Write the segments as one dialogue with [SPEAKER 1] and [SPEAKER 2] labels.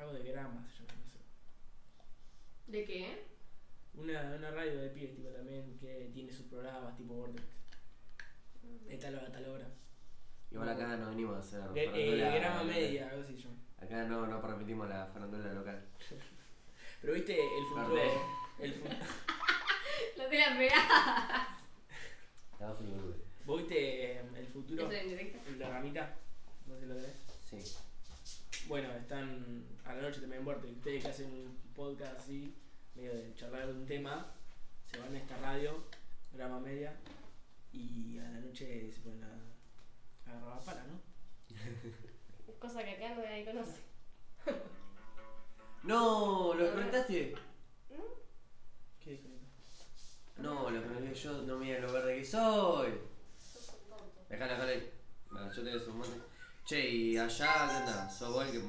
[SPEAKER 1] telegramas, se llama, no sé.
[SPEAKER 2] ¿De qué?
[SPEAKER 1] Una, una radio de pie, tipo, también, que tiene sus programas, tipo Vortex. De tal hora a tal hora.
[SPEAKER 3] Igual acá no venimos a hacer
[SPEAKER 1] De,
[SPEAKER 3] farandulas-
[SPEAKER 1] eh, grama media, algo así yo.
[SPEAKER 3] Acá no, no permitimos la farandola local.
[SPEAKER 1] Pero viste el futuro.
[SPEAKER 3] Perdé.
[SPEAKER 1] El fu-
[SPEAKER 2] No te la esperaba.
[SPEAKER 3] La vas a incluir.
[SPEAKER 1] ¿Vos viste eh, el futuro?
[SPEAKER 2] Eso en directo.
[SPEAKER 1] La ramita. No sé lo que es.
[SPEAKER 3] Sí.
[SPEAKER 1] Bueno, están a la noche también muertos. Y ustedes que hacen un podcast así, medio de charlar de un tema, se van a esta radio, grama media, y a la noche se ponen a, a agarrar la pala, ¿no?
[SPEAKER 2] Cosa que acá nadie conoce.
[SPEAKER 3] No, ¿lo desconectaste?
[SPEAKER 1] ¿Qué desconecta?
[SPEAKER 3] No, lo desconecté yo, no mira lo verde que soy. Dejala, dejala ahí. Bueno, yo te doy su mate. Che, y allá, ¿qué onda? ¿Sos vos el que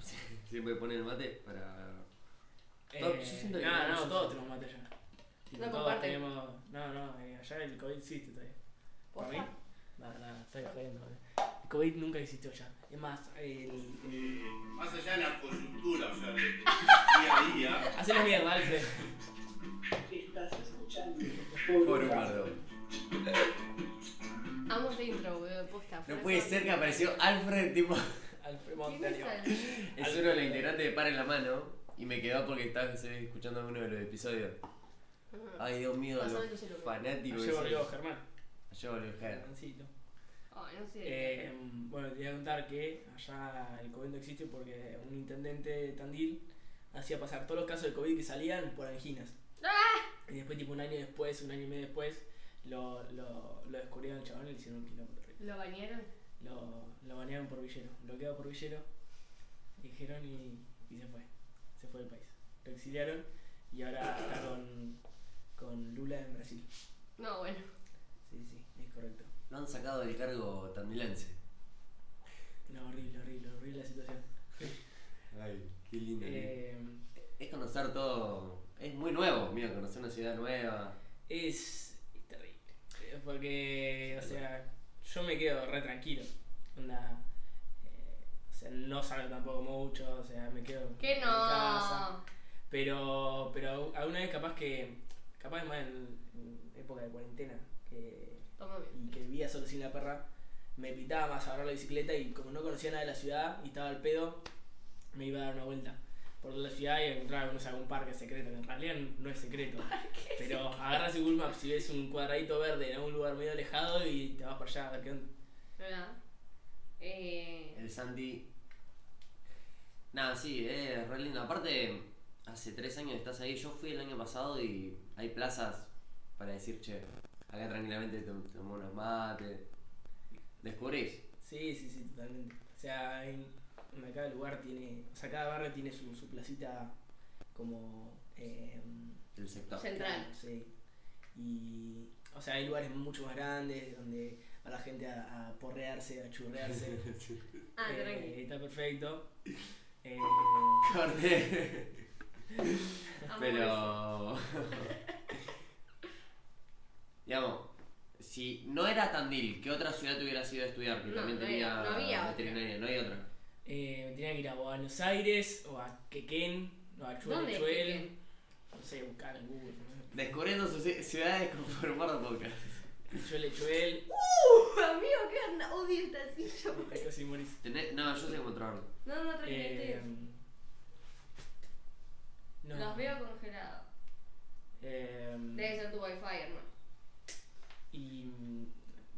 [SPEAKER 3] siempre pone el mate para Todo- yo siento que
[SPEAKER 1] Eh, no, no,
[SPEAKER 3] no, yo
[SPEAKER 1] todos
[SPEAKER 3] siento-
[SPEAKER 1] tenemos mate allá.
[SPEAKER 2] No
[SPEAKER 1] todos
[SPEAKER 2] comparten.
[SPEAKER 1] tenemos. No, no, eh, allá el COVID existe todavía. ¿Para mí?
[SPEAKER 2] ¿Posta?
[SPEAKER 1] No, no, estoy jodiendo. eh. El COVID nunca existió allá. Es más, el.
[SPEAKER 4] Eh, más allá de la coyuntura, o sea, de, de día a día,
[SPEAKER 1] Hacelo mierda, Alfred.
[SPEAKER 5] Estás escuchando.
[SPEAKER 3] Foro Pardo?
[SPEAKER 2] Amo ese intro, boludo, posta.
[SPEAKER 3] No puede ser que apareció Alfred, tipo.
[SPEAKER 1] Alfred
[SPEAKER 2] ¿Quién es
[SPEAKER 1] Montaño.
[SPEAKER 2] Alfred?
[SPEAKER 3] Es uno de los integrantes de Par en la Mano. Y me quedó porque estaba escuchando uno de los episodios. Ay, Dios mío,
[SPEAKER 2] Pásame tu
[SPEAKER 3] los
[SPEAKER 2] celular.
[SPEAKER 3] fanáticos.
[SPEAKER 1] Ayer volvió Germán.
[SPEAKER 3] Ayer volvió Ger.
[SPEAKER 1] Germancito.
[SPEAKER 2] Ay, no
[SPEAKER 1] Eh,
[SPEAKER 2] sé.
[SPEAKER 1] bueno, te voy a contar que allá el COVID no existe porque un intendente de Tandil hacía pasar todos los casos de COVID que salían por anginas.
[SPEAKER 2] ¡Ah!
[SPEAKER 1] Y después, tipo un año después, un año y medio después, lo, lo, lo descubrieron al chabón y le hicieron un quilombo terrible.
[SPEAKER 2] ¿Lo bañaron?
[SPEAKER 1] Lo, lo banearon por Villero, bloqueado por Villero, dijeron y, y se fue. Se fue del país. Lo exiliaron y ahora está con, con Lula en Brasil.
[SPEAKER 2] No, bueno.
[SPEAKER 1] Sí, sí, es correcto.
[SPEAKER 3] Lo han sacado del cargo tandilense.
[SPEAKER 1] No, horrible, horrible, horrible la situación.
[SPEAKER 3] Ay, qué lindo.
[SPEAKER 1] Eh,
[SPEAKER 3] Es conocer todo. Es muy nuevo, mira, conocer una ciudad nueva.
[SPEAKER 1] Es, es terrible. Eh, Porque, o sea, yo me quedo re tranquilo. Onda, eh, o sea, no salgo tampoco mucho, o sea, me quedo
[SPEAKER 2] ¿Qué
[SPEAKER 1] en casa.
[SPEAKER 2] no?
[SPEAKER 1] Pero, pero alguna vez capaz que, capaz más en, en época de cuarentena, que,
[SPEAKER 2] Toma bien.
[SPEAKER 1] y que vivía solo sin la perra, me pitaba más a agarrar la bicicleta y como no conocía nada de la ciudad y estaba al pedo, me iba a dar una vuelta por toda la ciudad y encontraba no sé, algún parque secreto, que en realidad no es secreto. Pero agarras el Google Maps y ves un cuadradito verde en algún lugar medio alejado y te vas para allá a ver qué onda.
[SPEAKER 2] ¿Verdad? Eh,
[SPEAKER 3] El Santi. Nada, sí, es re lindo. Aparte, hace tres años estás ahí. Yo fui el año pasado y hay plazas para decir, che, acá tranquilamente te tomamos unos mates. Descubrís.
[SPEAKER 1] Sí, sí, sí, totalmente. O sea, en, en cada lugar tiene, o sea, cada barrio tiene su, su placita como... em,
[SPEAKER 3] El sector.
[SPEAKER 2] Sí. Central.
[SPEAKER 1] Sí. Y, o sea, hay lugares mucho más grandes donde va la gente a, a porrearse, a churrearse.
[SPEAKER 2] ah,
[SPEAKER 1] Eh,
[SPEAKER 2] tranqui.
[SPEAKER 1] Está perfecto. Eh,
[SPEAKER 3] Corte.
[SPEAKER 2] Amo eso.
[SPEAKER 3] Pero. Digamos, si no era Tandil, ¿qué otra ciudad te hubieras ido a estudiar? Que
[SPEAKER 2] No,
[SPEAKER 3] también
[SPEAKER 2] no
[SPEAKER 3] tenía
[SPEAKER 2] había- no había otra.
[SPEAKER 3] veterinaria, no hay otra.
[SPEAKER 1] eh, tenía que ir a Buenos Aires o a Quequén, o a Chuel,
[SPEAKER 2] ¿Dónde es
[SPEAKER 1] Chuel.
[SPEAKER 2] Quequén?
[SPEAKER 1] No sé, buscar en Google.
[SPEAKER 3] Descubriendo sus ci- ciudades con formar podcast.
[SPEAKER 1] ¿no? Chuel, Chuel.
[SPEAKER 2] Uh, amigo, ¿qué onda? Odio esta silla.
[SPEAKER 1] Ay, casi morís.
[SPEAKER 3] Tenés- No, yo sé cómo trabajar.
[SPEAKER 2] No, no, tranqui.
[SPEAKER 1] Eh,
[SPEAKER 2] estoy-
[SPEAKER 1] no.
[SPEAKER 2] Los veo congelados.
[SPEAKER 1] Eh,
[SPEAKER 2] Debe ser tu wifi, hermano.
[SPEAKER 1] Y. mm,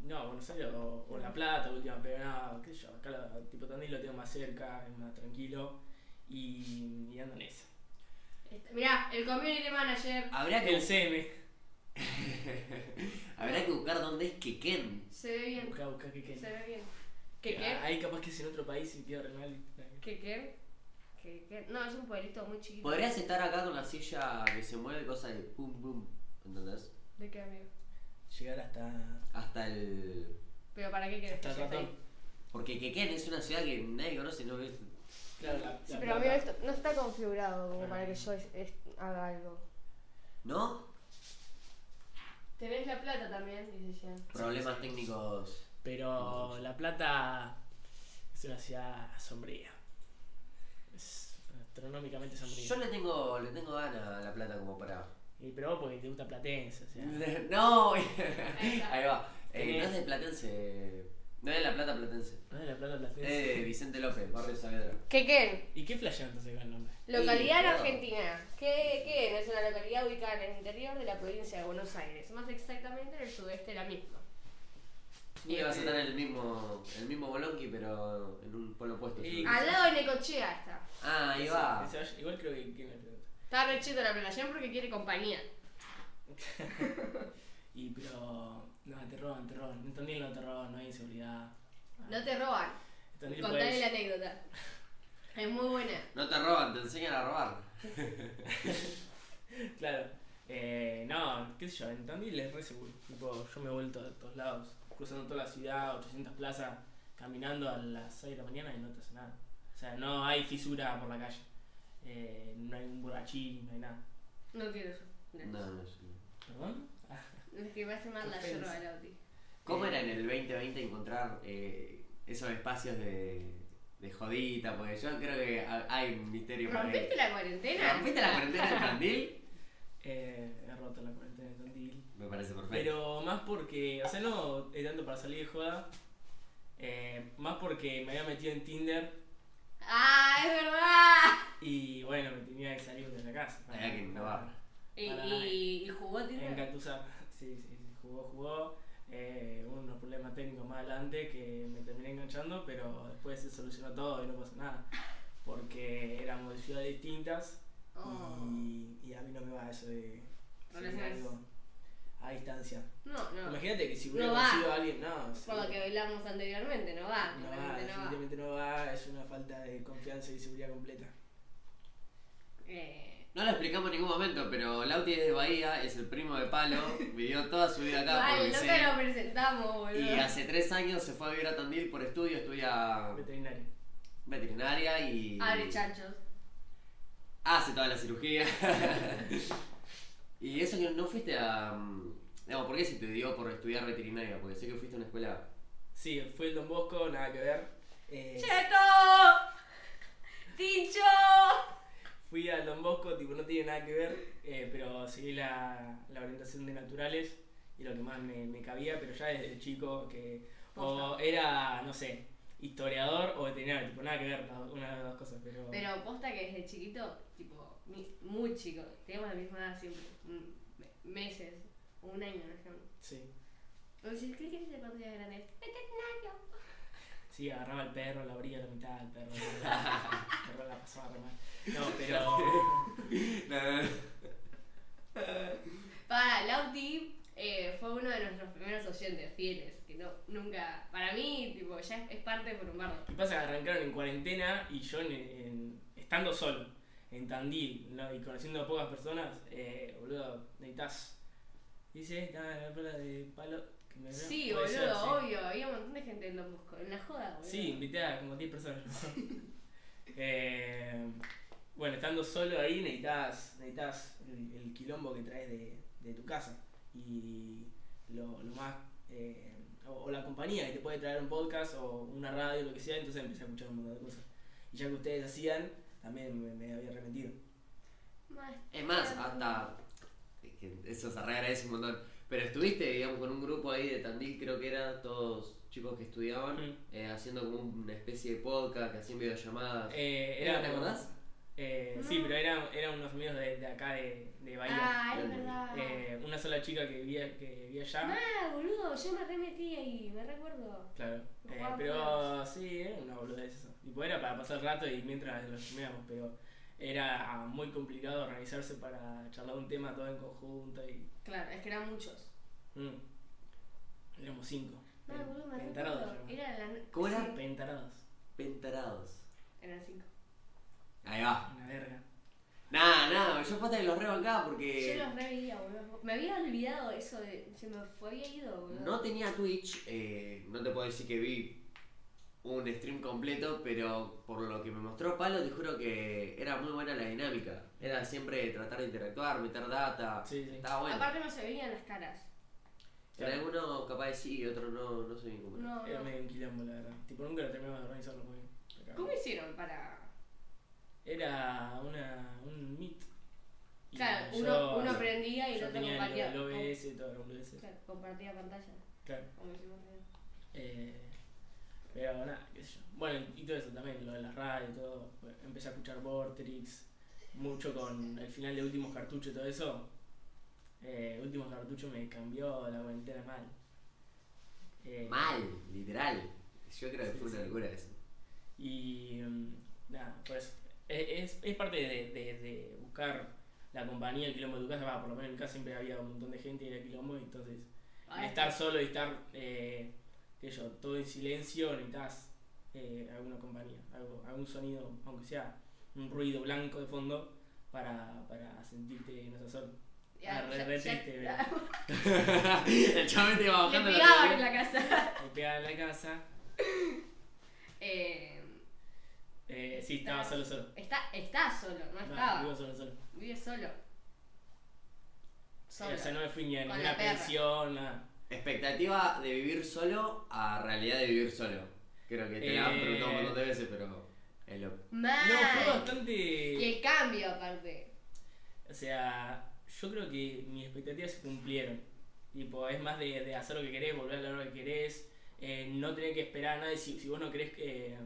[SPEAKER 1] No, Buenos Aires o, o La Plata, última, pero nada, qué sé yo, acá la- tipo Tandil lo tengo más cerca, es más tranquilo y, y ando en eso.
[SPEAKER 2] Esta- Mirá, el community manager.
[SPEAKER 3] Habría que,
[SPEAKER 1] El CM,
[SPEAKER 3] Habrá que buscar dónde es Quequén.
[SPEAKER 2] Se ve bien.
[SPEAKER 1] busca, busca, que
[SPEAKER 2] Se
[SPEAKER 1] qué. Ah,
[SPEAKER 2] ve bien. ¿Qué qué?
[SPEAKER 1] Ahí capaz que es en otro país y quedó re mal.
[SPEAKER 2] ¿Qué qué? ¿Qué qué? No, es un pueblito muy chiquito.
[SPEAKER 3] Podrías estar acá con la silla que se mueve, cosa de pum pum. ¿Entendés?
[SPEAKER 2] ¿De qué, amigo?
[SPEAKER 1] Llegar hasta.
[SPEAKER 3] Hasta el.
[SPEAKER 2] ¿Pero para qué querés que
[SPEAKER 1] hasta el
[SPEAKER 2] yo esté ahí?
[SPEAKER 1] ratón.
[SPEAKER 3] Porque Quequén es una ciudad que nadie conoce, no ves.
[SPEAKER 1] Claro, la,
[SPEAKER 6] Sí,
[SPEAKER 1] la
[SPEAKER 6] pero amigo,
[SPEAKER 1] Plata.
[SPEAKER 6] esto no está configurado como
[SPEAKER 1] Claro.
[SPEAKER 6] para que yo es- es- haga algo.
[SPEAKER 3] ¿No?
[SPEAKER 2] Tenés la plata también, dice Jean.
[SPEAKER 3] Problemas técnicos.
[SPEAKER 1] Pero La Plata es una ciudad sombría. Es una tro- gastronómicamente sombrío.
[SPEAKER 3] Yo le tengo, le tengo ganas a La Plata como para...
[SPEAKER 1] Y pero vos porque te gusta Platense, o sea.
[SPEAKER 3] No,
[SPEAKER 2] está.
[SPEAKER 3] ahí va. Eh,
[SPEAKER 1] Tenés-
[SPEAKER 3] no es de Platense, no es de La Plata Platense.
[SPEAKER 1] No es de la Plata
[SPEAKER 3] Es
[SPEAKER 1] Platense.
[SPEAKER 3] de Vicente López, Barrio Saavedra.
[SPEAKER 6] ¿Qué qué?
[SPEAKER 1] ¿Y qué flasheo entonces con el nombre?
[SPEAKER 6] Localidad en
[SPEAKER 3] claro.
[SPEAKER 6] Argentina. ¿Qué, ¿Qué es? una localidad ubicada en el interior de la provincia de Buenos Aires, más exactamente en el sudeste de la misma.
[SPEAKER 3] Y vas a estar en el mismo, el mismo Bolonqui, pero en un polo opuesto.
[SPEAKER 1] Y-
[SPEAKER 3] yo creo.
[SPEAKER 6] Al lado de Necochea está.
[SPEAKER 3] Ah, ahí va.
[SPEAKER 1] Ese- ese- Igual creo que quién me pregunta.
[SPEAKER 6] Está rechito la relación porque quiere compañía.
[SPEAKER 1] Y pero. No, te roban, te roban. En Tandil no te roban, no hay inseguridad. pues,
[SPEAKER 6] No te roban.
[SPEAKER 1] En Tandil
[SPEAKER 6] Contale
[SPEAKER 1] podés-
[SPEAKER 6] la anécdota. Es muy buena.
[SPEAKER 3] No te roban, te enseñan a robar.
[SPEAKER 1] Claro. Eh, no, qué sé yo, en Tandil es re seguro. Tipo, yo me he vuelto a todos lados, cruzando toda la ciudad, 800 plazas, caminando a las 6 de la mañana y no te hace nada. O sea, no hay fisura por la calle. Eh, no hay un borrachín, no hay nada.
[SPEAKER 6] No quiero eso.
[SPEAKER 3] No, no, yo no.
[SPEAKER 1] ¿Perdón? Ah,
[SPEAKER 6] Es que me hace mal la
[SPEAKER 1] Ofensa.
[SPEAKER 6] yerba del Audi.
[SPEAKER 3] ¿Cómo era en el 2020 encontrar eh, esos espacios de, de jodita? Porque yo creo que ha- hay un misterio para ahí.
[SPEAKER 6] ¿Rompiste la cuarentena?
[SPEAKER 3] ¿Rompiste la cuarentena de Tandil?
[SPEAKER 1] eh, he roto la cuarentena en Tandil.
[SPEAKER 3] Me parece perfecto.
[SPEAKER 1] Pero más porque, o sea, no es tanto para salir de joda. eh, más porque me había metido en Tinder
[SPEAKER 6] ¡Ah, es verdad!
[SPEAKER 1] y bueno, me tenía que salir de la casa.
[SPEAKER 3] Había que innovar.
[SPEAKER 6] Y,
[SPEAKER 1] Para-
[SPEAKER 6] y, y jugó
[SPEAKER 1] En
[SPEAKER 6] Tinder.
[SPEAKER 1] Catusa, sí, sí, sí, jugó, jugó. Eh, hubo unos problemas técnicos más adelante que me terminé enganchando, pero después se solucionó todo y no pasó nada. Porque éramos de ciudades distintas
[SPEAKER 6] Oh.
[SPEAKER 1] y, y a mí no me va eso de.
[SPEAKER 6] Relaciones.
[SPEAKER 1] seguir algo a distancia.
[SPEAKER 6] No, no.
[SPEAKER 1] Imagínate que si hubiera
[SPEAKER 6] No va.
[SPEAKER 1] conocido a alguien, no. sí.
[SPEAKER 6] Por lo que hablamos anteriormente, no va.
[SPEAKER 1] No va,
[SPEAKER 6] claramente no va.
[SPEAKER 1] definitivamente no va, es una falta de confianza y seguridad completa.
[SPEAKER 6] Eh,
[SPEAKER 3] No lo explicamos en ningún momento, pero Lauti es de Bahía, es el primo de Palo, vivió toda su vida acá
[SPEAKER 6] vale,
[SPEAKER 3] porque
[SPEAKER 6] nunca
[SPEAKER 3] sí.
[SPEAKER 6] lo presentamos, boludo.
[SPEAKER 3] Y hace tres años se fue a vivir a Tandil por estudio, estudia
[SPEAKER 1] Veterinario.
[SPEAKER 3] veterinaria y
[SPEAKER 6] Abre chanchos.
[SPEAKER 3] hace toda la cirugía. y eso que no fuiste a... mm, Digamos, ¿por qué se te dio por estudiar veterinaria? Porque sé que fuiste a una escuela...
[SPEAKER 1] Sí, fue el Don Bosco, nada que ver. Eh,
[SPEAKER 6] ¡Cheto! ¡Tincho!
[SPEAKER 1] Fui al Don Bosco, tipo, no tiene nada que ver, eh, pero seguí la, la orientación de naturales y lo que más me, me cabía, pero ya desde chico que o era, no sé, historiador o veterinario, tipo, nada que ver, la- una de las dos cosas, pero,
[SPEAKER 6] Pero posta que desde chiquito, tipo, mi- muy chico, tenemos la misma edad siempre, mm, me- meses, un año, no sé.
[SPEAKER 1] sí.
[SPEAKER 6] Me dices, ¿qué quieres ser cuando seas grande? Veterinario.
[SPEAKER 1] Sí, agarraba al perro, la abría a la mitad, el perro, el perro la pasaba re mal. No, pero
[SPEAKER 6] Para, Lauti eh, fue uno de nuestros primeros oyentes fieles, que no, nunca, para mí, tipo, ya es, es parte de Forumbardo.
[SPEAKER 1] ¿Qué pasa? que Arrancaron en cuarentena y yo en- en- estando solo, en Tandil, ¿no? y conociendo a pocas personas, eh, boludo, necesitas. Dice, está la pala de palo. que me-
[SPEAKER 6] Sí,
[SPEAKER 1] puede
[SPEAKER 6] boludo,
[SPEAKER 1] ser, sí.
[SPEAKER 6] obvio, había un montón de gente en Don Bosco, en la joda, boludo.
[SPEAKER 1] Sí, invité a como 10 personas. Eh, bueno, estando solo ahí necesitas, necesitas el, el quilombo que traes de, de tu casa y lo, lo más... eh, o, o la compañía que te puede traer un podcast o una radio, lo que sea, entonces empecé a escuchar un montón de cosas. Y ya que ustedes hacían, también me, me había arrepentido.
[SPEAKER 6] Más
[SPEAKER 3] Es más, hasta... es que Eso se reagradece un montón. Pero estuviste, digamos, con un grupo ahí de Tandil, creo que era, todos chicos que estudiaban,
[SPEAKER 1] Mm.
[SPEAKER 3] eh, haciendo como una especie de podcast, que hacían videollamadas.
[SPEAKER 1] Eh,
[SPEAKER 3] ¿Era, te
[SPEAKER 1] como-
[SPEAKER 3] acordás?
[SPEAKER 1] eh,
[SPEAKER 6] No.
[SPEAKER 1] Sí, pero eran, eran unos amigos de, de acá, de, de Bahía.
[SPEAKER 6] Ah, es
[SPEAKER 3] Grande.
[SPEAKER 6] verdad.
[SPEAKER 1] Eh, una sola chica que vivía, que vivía allá.
[SPEAKER 6] Ah, boludo, yo me remetí ahí, me recuerdo.
[SPEAKER 1] Claro,
[SPEAKER 6] Los
[SPEAKER 1] eh,
[SPEAKER 6] juegos
[SPEAKER 1] pero
[SPEAKER 6] jugados.
[SPEAKER 1] sí, era una boludez eso. Tipo, era para pasar el rato y mientras lo streameamos, pero era ah, muy complicado organizarse para charlar un tema todo en conjunto y.
[SPEAKER 6] Claro, es que eran muchos.
[SPEAKER 1] mm. Éramos cinco.
[SPEAKER 6] No,
[SPEAKER 1] Pen-
[SPEAKER 6] boludo, me
[SPEAKER 1] pentarados
[SPEAKER 6] recuerdo.
[SPEAKER 1] llamamos.
[SPEAKER 6] Era la...
[SPEAKER 3] ¿Cómo era?
[SPEAKER 6] Sí,
[SPEAKER 1] Pentarados.
[SPEAKER 3] Pentarados.
[SPEAKER 6] eran cinco.
[SPEAKER 3] Ahí va.
[SPEAKER 1] Una verga.
[SPEAKER 3] Nada, nada, yo posta que los rebancaba
[SPEAKER 6] Yo
[SPEAKER 3] porque
[SPEAKER 6] los reveía, boludo. Me había olvidado eso de. Se me fue, había ido, boludo.
[SPEAKER 3] no tenía Twitch, eh, no te puedo decir que vi un stream completo, pero por lo que me mostró Palo, te juro que era muy buena la dinámica. Era siempre tratar de interactuar, meter data.
[SPEAKER 1] Sí, sí.
[SPEAKER 3] Estaba bueno.
[SPEAKER 6] Aparte no se veían las caras.
[SPEAKER 3] En algunos capaz de sí, otros no, no sé bien cómo. era.
[SPEAKER 6] No,
[SPEAKER 1] Era
[SPEAKER 6] no.
[SPEAKER 1] medio un quilombo, pues. la verdad. Tipo, nunca lo terminamos de organizarlo muy bien. Pero-
[SPEAKER 6] ¿Cómo hicieron para.?
[SPEAKER 1] Era
[SPEAKER 6] Uno,
[SPEAKER 1] yo,
[SPEAKER 6] uno prendía y el
[SPEAKER 1] yo
[SPEAKER 6] otro
[SPEAKER 1] tenía el,
[SPEAKER 6] compartía.
[SPEAKER 1] el OBS y todo, el OBS.
[SPEAKER 6] Claro, compartía pantalla.
[SPEAKER 1] Claro.
[SPEAKER 6] como hicimos recién.
[SPEAKER 1] Eh, pero nada, qué sé yo. Bueno, y todo eso también, lo de las radios y todo. Bueno, Empecé a escuchar Vortrix, mucho con el final de Últimos Cartuchos y todo eso. Eh, Últimos Cartuchos me cambió la cuarentena mal. Eh,
[SPEAKER 3] Mal, literal. Yo creo que fue una locura eso.
[SPEAKER 1] Y mm, nada, pues es, es- es parte de, de- de buscar la compañía, el quilombo de tu casa. Va, por lo menos en mi casa siempre había un montón de gente y era quilombo, y entonces el
[SPEAKER 6] Ahora
[SPEAKER 1] estar solo y estar, eh, qué sé yo, todo en silencio, necesitas eh, alguna compañía, algo, algún sonido, aunque sea un ruido blanco de fondo, para, para sentirte no estás solo.
[SPEAKER 6] Ya,
[SPEAKER 1] Ah, re-
[SPEAKER 6] ya-
[SPEAKER 1] re
[SPEAKER 6] ya-
[SPEAKER 1] triste,
[SPEAKER 6] ya-
[SPEAKER 3] el chaval te
[SPEAKER 6] Le
[SPEAKER 3] iba bajando
[SPEAKER 6] pegaban en
[SPEAKER 3] tele.
[SPEAKER 6] la casa.
[SPEAKER 1] Me pegaba en la casa,
[SPEAKER 6] Eh,
[SPEAKER 1] eh, sí, estaba solo, solo.
[SPEAKER 6] está, está solo, no
[SPEAKER 1] No,
[SPEAKER 6] estaba.
[SPEAKER 1] vivo solo, solo.
[SPEAKER 6] Vive solo. Solo.
[SPEAKER 1] Eh, O sea, no me fui ni a
[SPEAKER 6] Con la
[SPEAKER 1] ninguna
[SPEAKER 6] perra.
[SPEAKER 1] pensión, nada.
[SPEAKER 3] Expectativa de vivir solo a realidad de vivir solo. Creo que te la han
[SPEAKER 1] Eh.
[SPEAKER 3] preguntado un montón de veces, pero es lo
[SPEAKER 6] Mal.
[SPEAKER 1] No, fue
[SPEAKER 6] Y
[SPEAKER 1] bastante.
[SPEAKER 6] el cambio, aparte.
[SPEAKER 1] O sea, yo creo que mis expectativas se cumplieron. Tipo, es más de, de hacer lo que querés, volver a la hora que querés, eh, no tener que esperar a nadie. Si, si vos no querés que,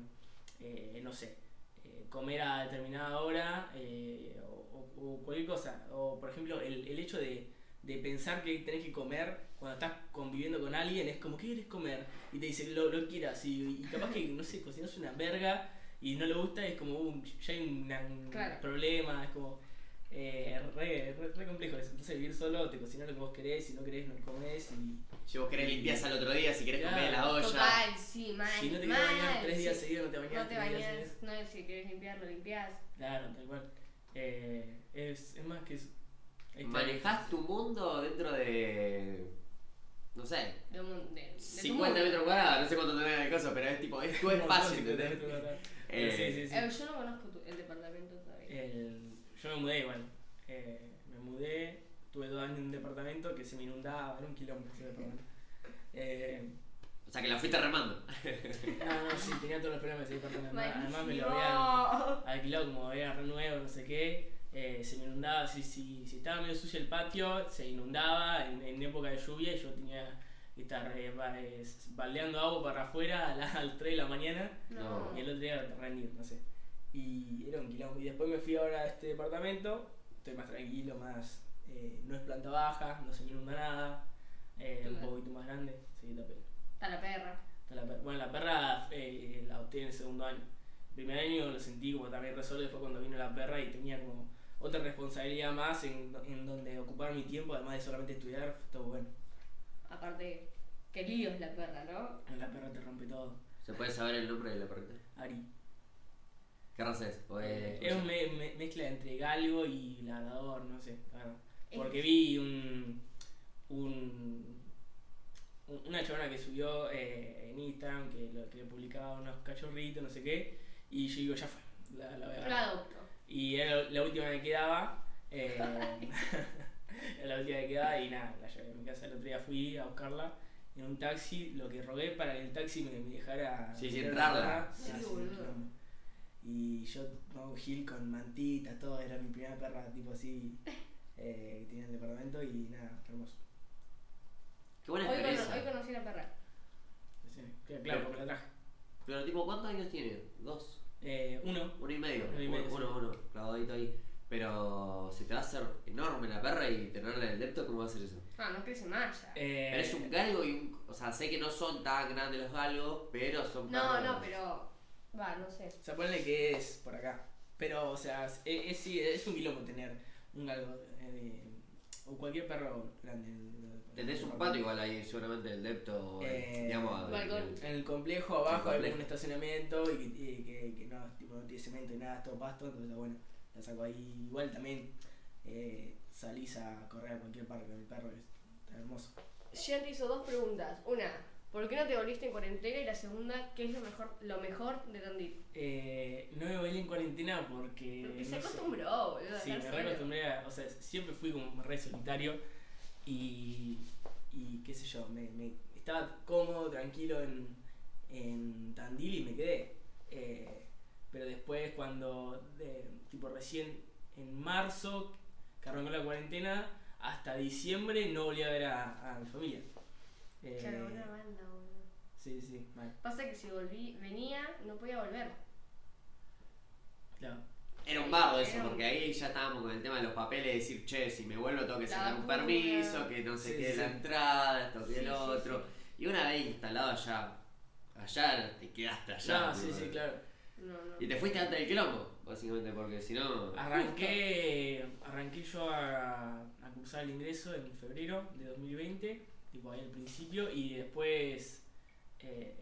[SPEAKER 1] eh, no sé, eh, comer a determinada hora eh, o, o- o cualquier cosa. O, por ejemplo, el, el hecho de, de pensar que tenés que comer cuando estás conviviendo con alguien es como, ¿qué querés comer? Y te dice, lo, lo quieras. Y, y capaz que, no sé, cocinas una verga y no le gusta, es como, "Uh, ya hay una- un
[SPEAKER 6] Claro.
[SPEAKER 1] problema, es como. Eh, re, re, re complejo eso. Entonces vivir solo, te cocinas lo que vos querés, si no querés no comés y
[SPEAKER 3] Si vos querés limpias al otro día, si querés comer a la olla.
[SPEAKER 6] Total, sí, mal.
[SPEAKER 1] si no te querés
[SPEAKER 6] mal,
[SPEAKER 1] bañar tres días
[SPEAKER 6] sí.
[SPEAKER 1] seguidos no te bañás.
[SPEAKER 6] No te
[SPEAKER 1] tres días
[SPEAKER 6] bañas,
[SPEAKER 1] seguidos.
[SPEAKER 6] no, si querés limpiar, lo limpias.
[SPEAKER 1] Claro, tal cual. Eh, es, es más que eso. Ahí está.
[SPEAKER 3] Manejás tu mundo dentro de. No sé,
[SPEAKER 6] De, un- de, de tu
[SPEAKER 3] 50
[SPEAKER 6] mundo.
[SPEAKER 3] metros cuadrados, no sé cuánto tenés de cosa, pero es tipo, es tu espacio,
[SPEAKER 1] Sí,
[SPEAKER 3] ¿entendés? Eh,
[SPEAKER 1] sí, sí, Eh, sí.
[SPEAKER 6] Eh, yo no conozco tu- el departamento todavía.
[SPEAKER 1] El- yo me mudé igual. Eh, me mudé, tuve dos años en un departamento que se me inundaba, era un kilómetro ese departamento. Eh,
[SPEAKER 3] O sea que la fuiste remando.
[SPEAKER 1] no, no, sí, tenía todos los problemas de ese departamento.
[SPEAKER 6] Malísimo.
[SPEAKER 1] Además me lo habían alquilado como era re nuevo, no sé qué, eh, se me inundaba, si, si, si estaba medio sucio el patio, se inundaba en, en época de lluvia y yo tenía que estar eh, ba- eh, baldeando agua para afuera a las 3 de la mañana
[SPEAKER 6] No.
[SPEAKER 1] y el otro día rendir, no sé. Y era un quilombo. Y después me fui ahora a este departamento, estoy más tranquilo, más... eh, no es planta baja, no se me inunda nada, eh, un
[SPEAKER 6] Claro.
[SPEAKER 1] poquito más grande, sí, la pena.
[SPEAKER 6] Está la perra.
[SPEAKER 1] Está la per- Bueno, la perra eh, la obtuve en el segundo año. El primer año lo sentí como también resuelve, fue cuando vino la perra y tenía como otra responsabilidad más en, en donde ocupar mi tiempo, además de solamente estudiar, todo bueno.
[SPEAKER 6] Aparte, qué lío es la perra, ¿no?
[SPEAKER 1] La perra te rompe todo.
[SPEAKER 3] ¿Se puede saber el nombre de la perrita?
[SPEAKER 1] Ari.
[SPEAKER 3] ¿Qué raza es? O es-
[SPEAKER 1] Eh, es una mezcla entre galgo y labrador, no sé, la verdad.
[SPEAKER 6] Es-
[SPEAKER 1] Porque vi un, un un- una chabona que subió eh, en Instagram que, lo, que le publicaba unos cachorritos, no sé qué, y yo digo, ya fue, la, la voy a
[SPEAKER 6] Lo
[SPEAKER 1] agarrar.
[SPEAKER 6] adopto.
[SPEAKER 1] Y era la última que quedaba. eh, era la última que quedaba y nada, la llevé a mi casa. El otro día fui a buscarla en un taxi, lo que rogué para que el taxi me, me dejara.
[SPEAKER 3] Sí, sí,
[SPEAKER 1] meter
[SPEAKER 3] entrarla.
[SPEAKER 1] la perra,
[SPEAKER 6] Sí,
[SPEAKER 1] ah, sí,
[SPEAKER 6] boludo.
[SPEAKER 1] quilombo. Y yo, no, Gil con mantita, todo, era mi primera perra, tipo así, eh, que tenía en el departamento y nada, hermoso.
[SPEAKER 3] Qué buena
[SPEAKER 6] Hoy, cono- hoy
[SPEAKER 3] experiencia.
[SPEAKER 6] conocí a la perra.
[SPEAKER 1] Sí, claro, porque la traje.
[SPEAKER 3] Pero tipo, ¿cuántos años tiene? Dos.
[SPEAKER 1] Eh, uno,
[SPEAKER 3] Uno y medio.
[SPEAKER 1] Uno y medio,
[SPEAKER 3] uno,
[SPEAKER 1] sí.
[SPEAKER 3] uno, uno, clavadito ahí. Pero se te va a hacer enorme la perra y tenerla en el depto, ¿cómo va a ser eso?
[SPEAKER 6] Ah, no crece más ya.
[SPEAKER 1] eh,
[SPEAKER 3] Pero es un galgo y un. O sea, sé que no son tan grandes los galgos, pero son.
[SPEAKER 6] No,
[SPEAKER 3] perros.
[SPEAKER 6] no, pero. Va, no sé.
[SPEAKER 1] O sea, ponle que es por acá. Pero, o sea, es, es, sí, es un quilombo tener un galgo eh, de- o cualquier perro grande. en- en-
[SPEAKER 3] Tenés un patio igual ahí, seguramente el depto. o el-
[SPEAKER 1] Eh,
[SPEAKER 3] digamos. el-
[SPEAKER 6] balcón.
[SPEAKER 1] En el complejo abajo
[SPEAKER 3] El
[SPEAKER 1] hay
[SPEAKER 3] complejo.
[SPEAKER 1] un estacionamiento y que, y que, que no, tipo, no tiene cemento y nada, es todo pasto, entonces bueno, la saco ahí. Igual también eh, salís a correr a cualquier parque con el perro, es está hermoso.
[SPEAKER 6] Jen te hizo dos preguntas. Una, ¿por qué no te volviste en cuarentena? Y la segunda, ¿qué es lo mejor, lo mejor de Tandil?
[SPEAKER 1] Eh, no me bailé en cuarentena porque.
[SPEAKER 6] Porque se
[SPEAKER 1] no sé.
[SPEAKER 6] acostumbró, boludo. a
[SPEAKER 1] Sí,
[SPEAKER 6] estar
[SPEAKER 1] me
[SPEAKER 6] solo.
[SPEAKER 1] reacostumbré a. O sea, siempre fui como re solitario y. y qué sé yo, me, me- estaba cómodo, tranquilo en, en Tandil y me quedé. Eh, pero después, cuando. de- tipo, recién en marzo que arrancó la cuarentena, hasta diciembre no volví a ver a, a mi familia. Eh,
[SPEAKER 6] Claro, una banda, boludo.
[SPEAKER 1] sí, sí, mal.
[SPEAKER 6] Pasa que si volví, venía, no podía volver.
[SPEAKER 1] Claro.
[SPEAKER 3] Era un bardo eso,
[SPEAKER 6] Era un-
[SPEAKER 3] porque ahí ya estábamos con el tema de los papeles, decir, che, si me vuelvo tengo que
[SPEAKER 6] La
[SPEAKER 3] sacar un
[SPEAKER 6] vacuna.
[SPEAKER 3] permiso, que no sé
[SPEAKER 1] Sí,
[SPEAKER 3] qué
[SPEAKER 1] sí.
[SPEAKER 3] la entrada, esto que
[SPEAKER 6] Sí,
[SPEAKER 3] el
[SPEAKER 6] sí,
[SPEAKER 3] otro. Y una vez instalado allá, allá te quedaste allá.
[SPEAKER 1] No, sí,
[SPEAKER 3] boludo.
[SPEAKER 1] sí, claro.
[SPEAKER 6] No, no.
[SPEAKER 3] Y te fuiste antes del quilombo, básicamente, porque si no...
[SPEAKER 1] Ah. Arranqué, arranqué yo a, a cursar el ingreso en febrero de 2020, tipo ahí al principio, y después eh,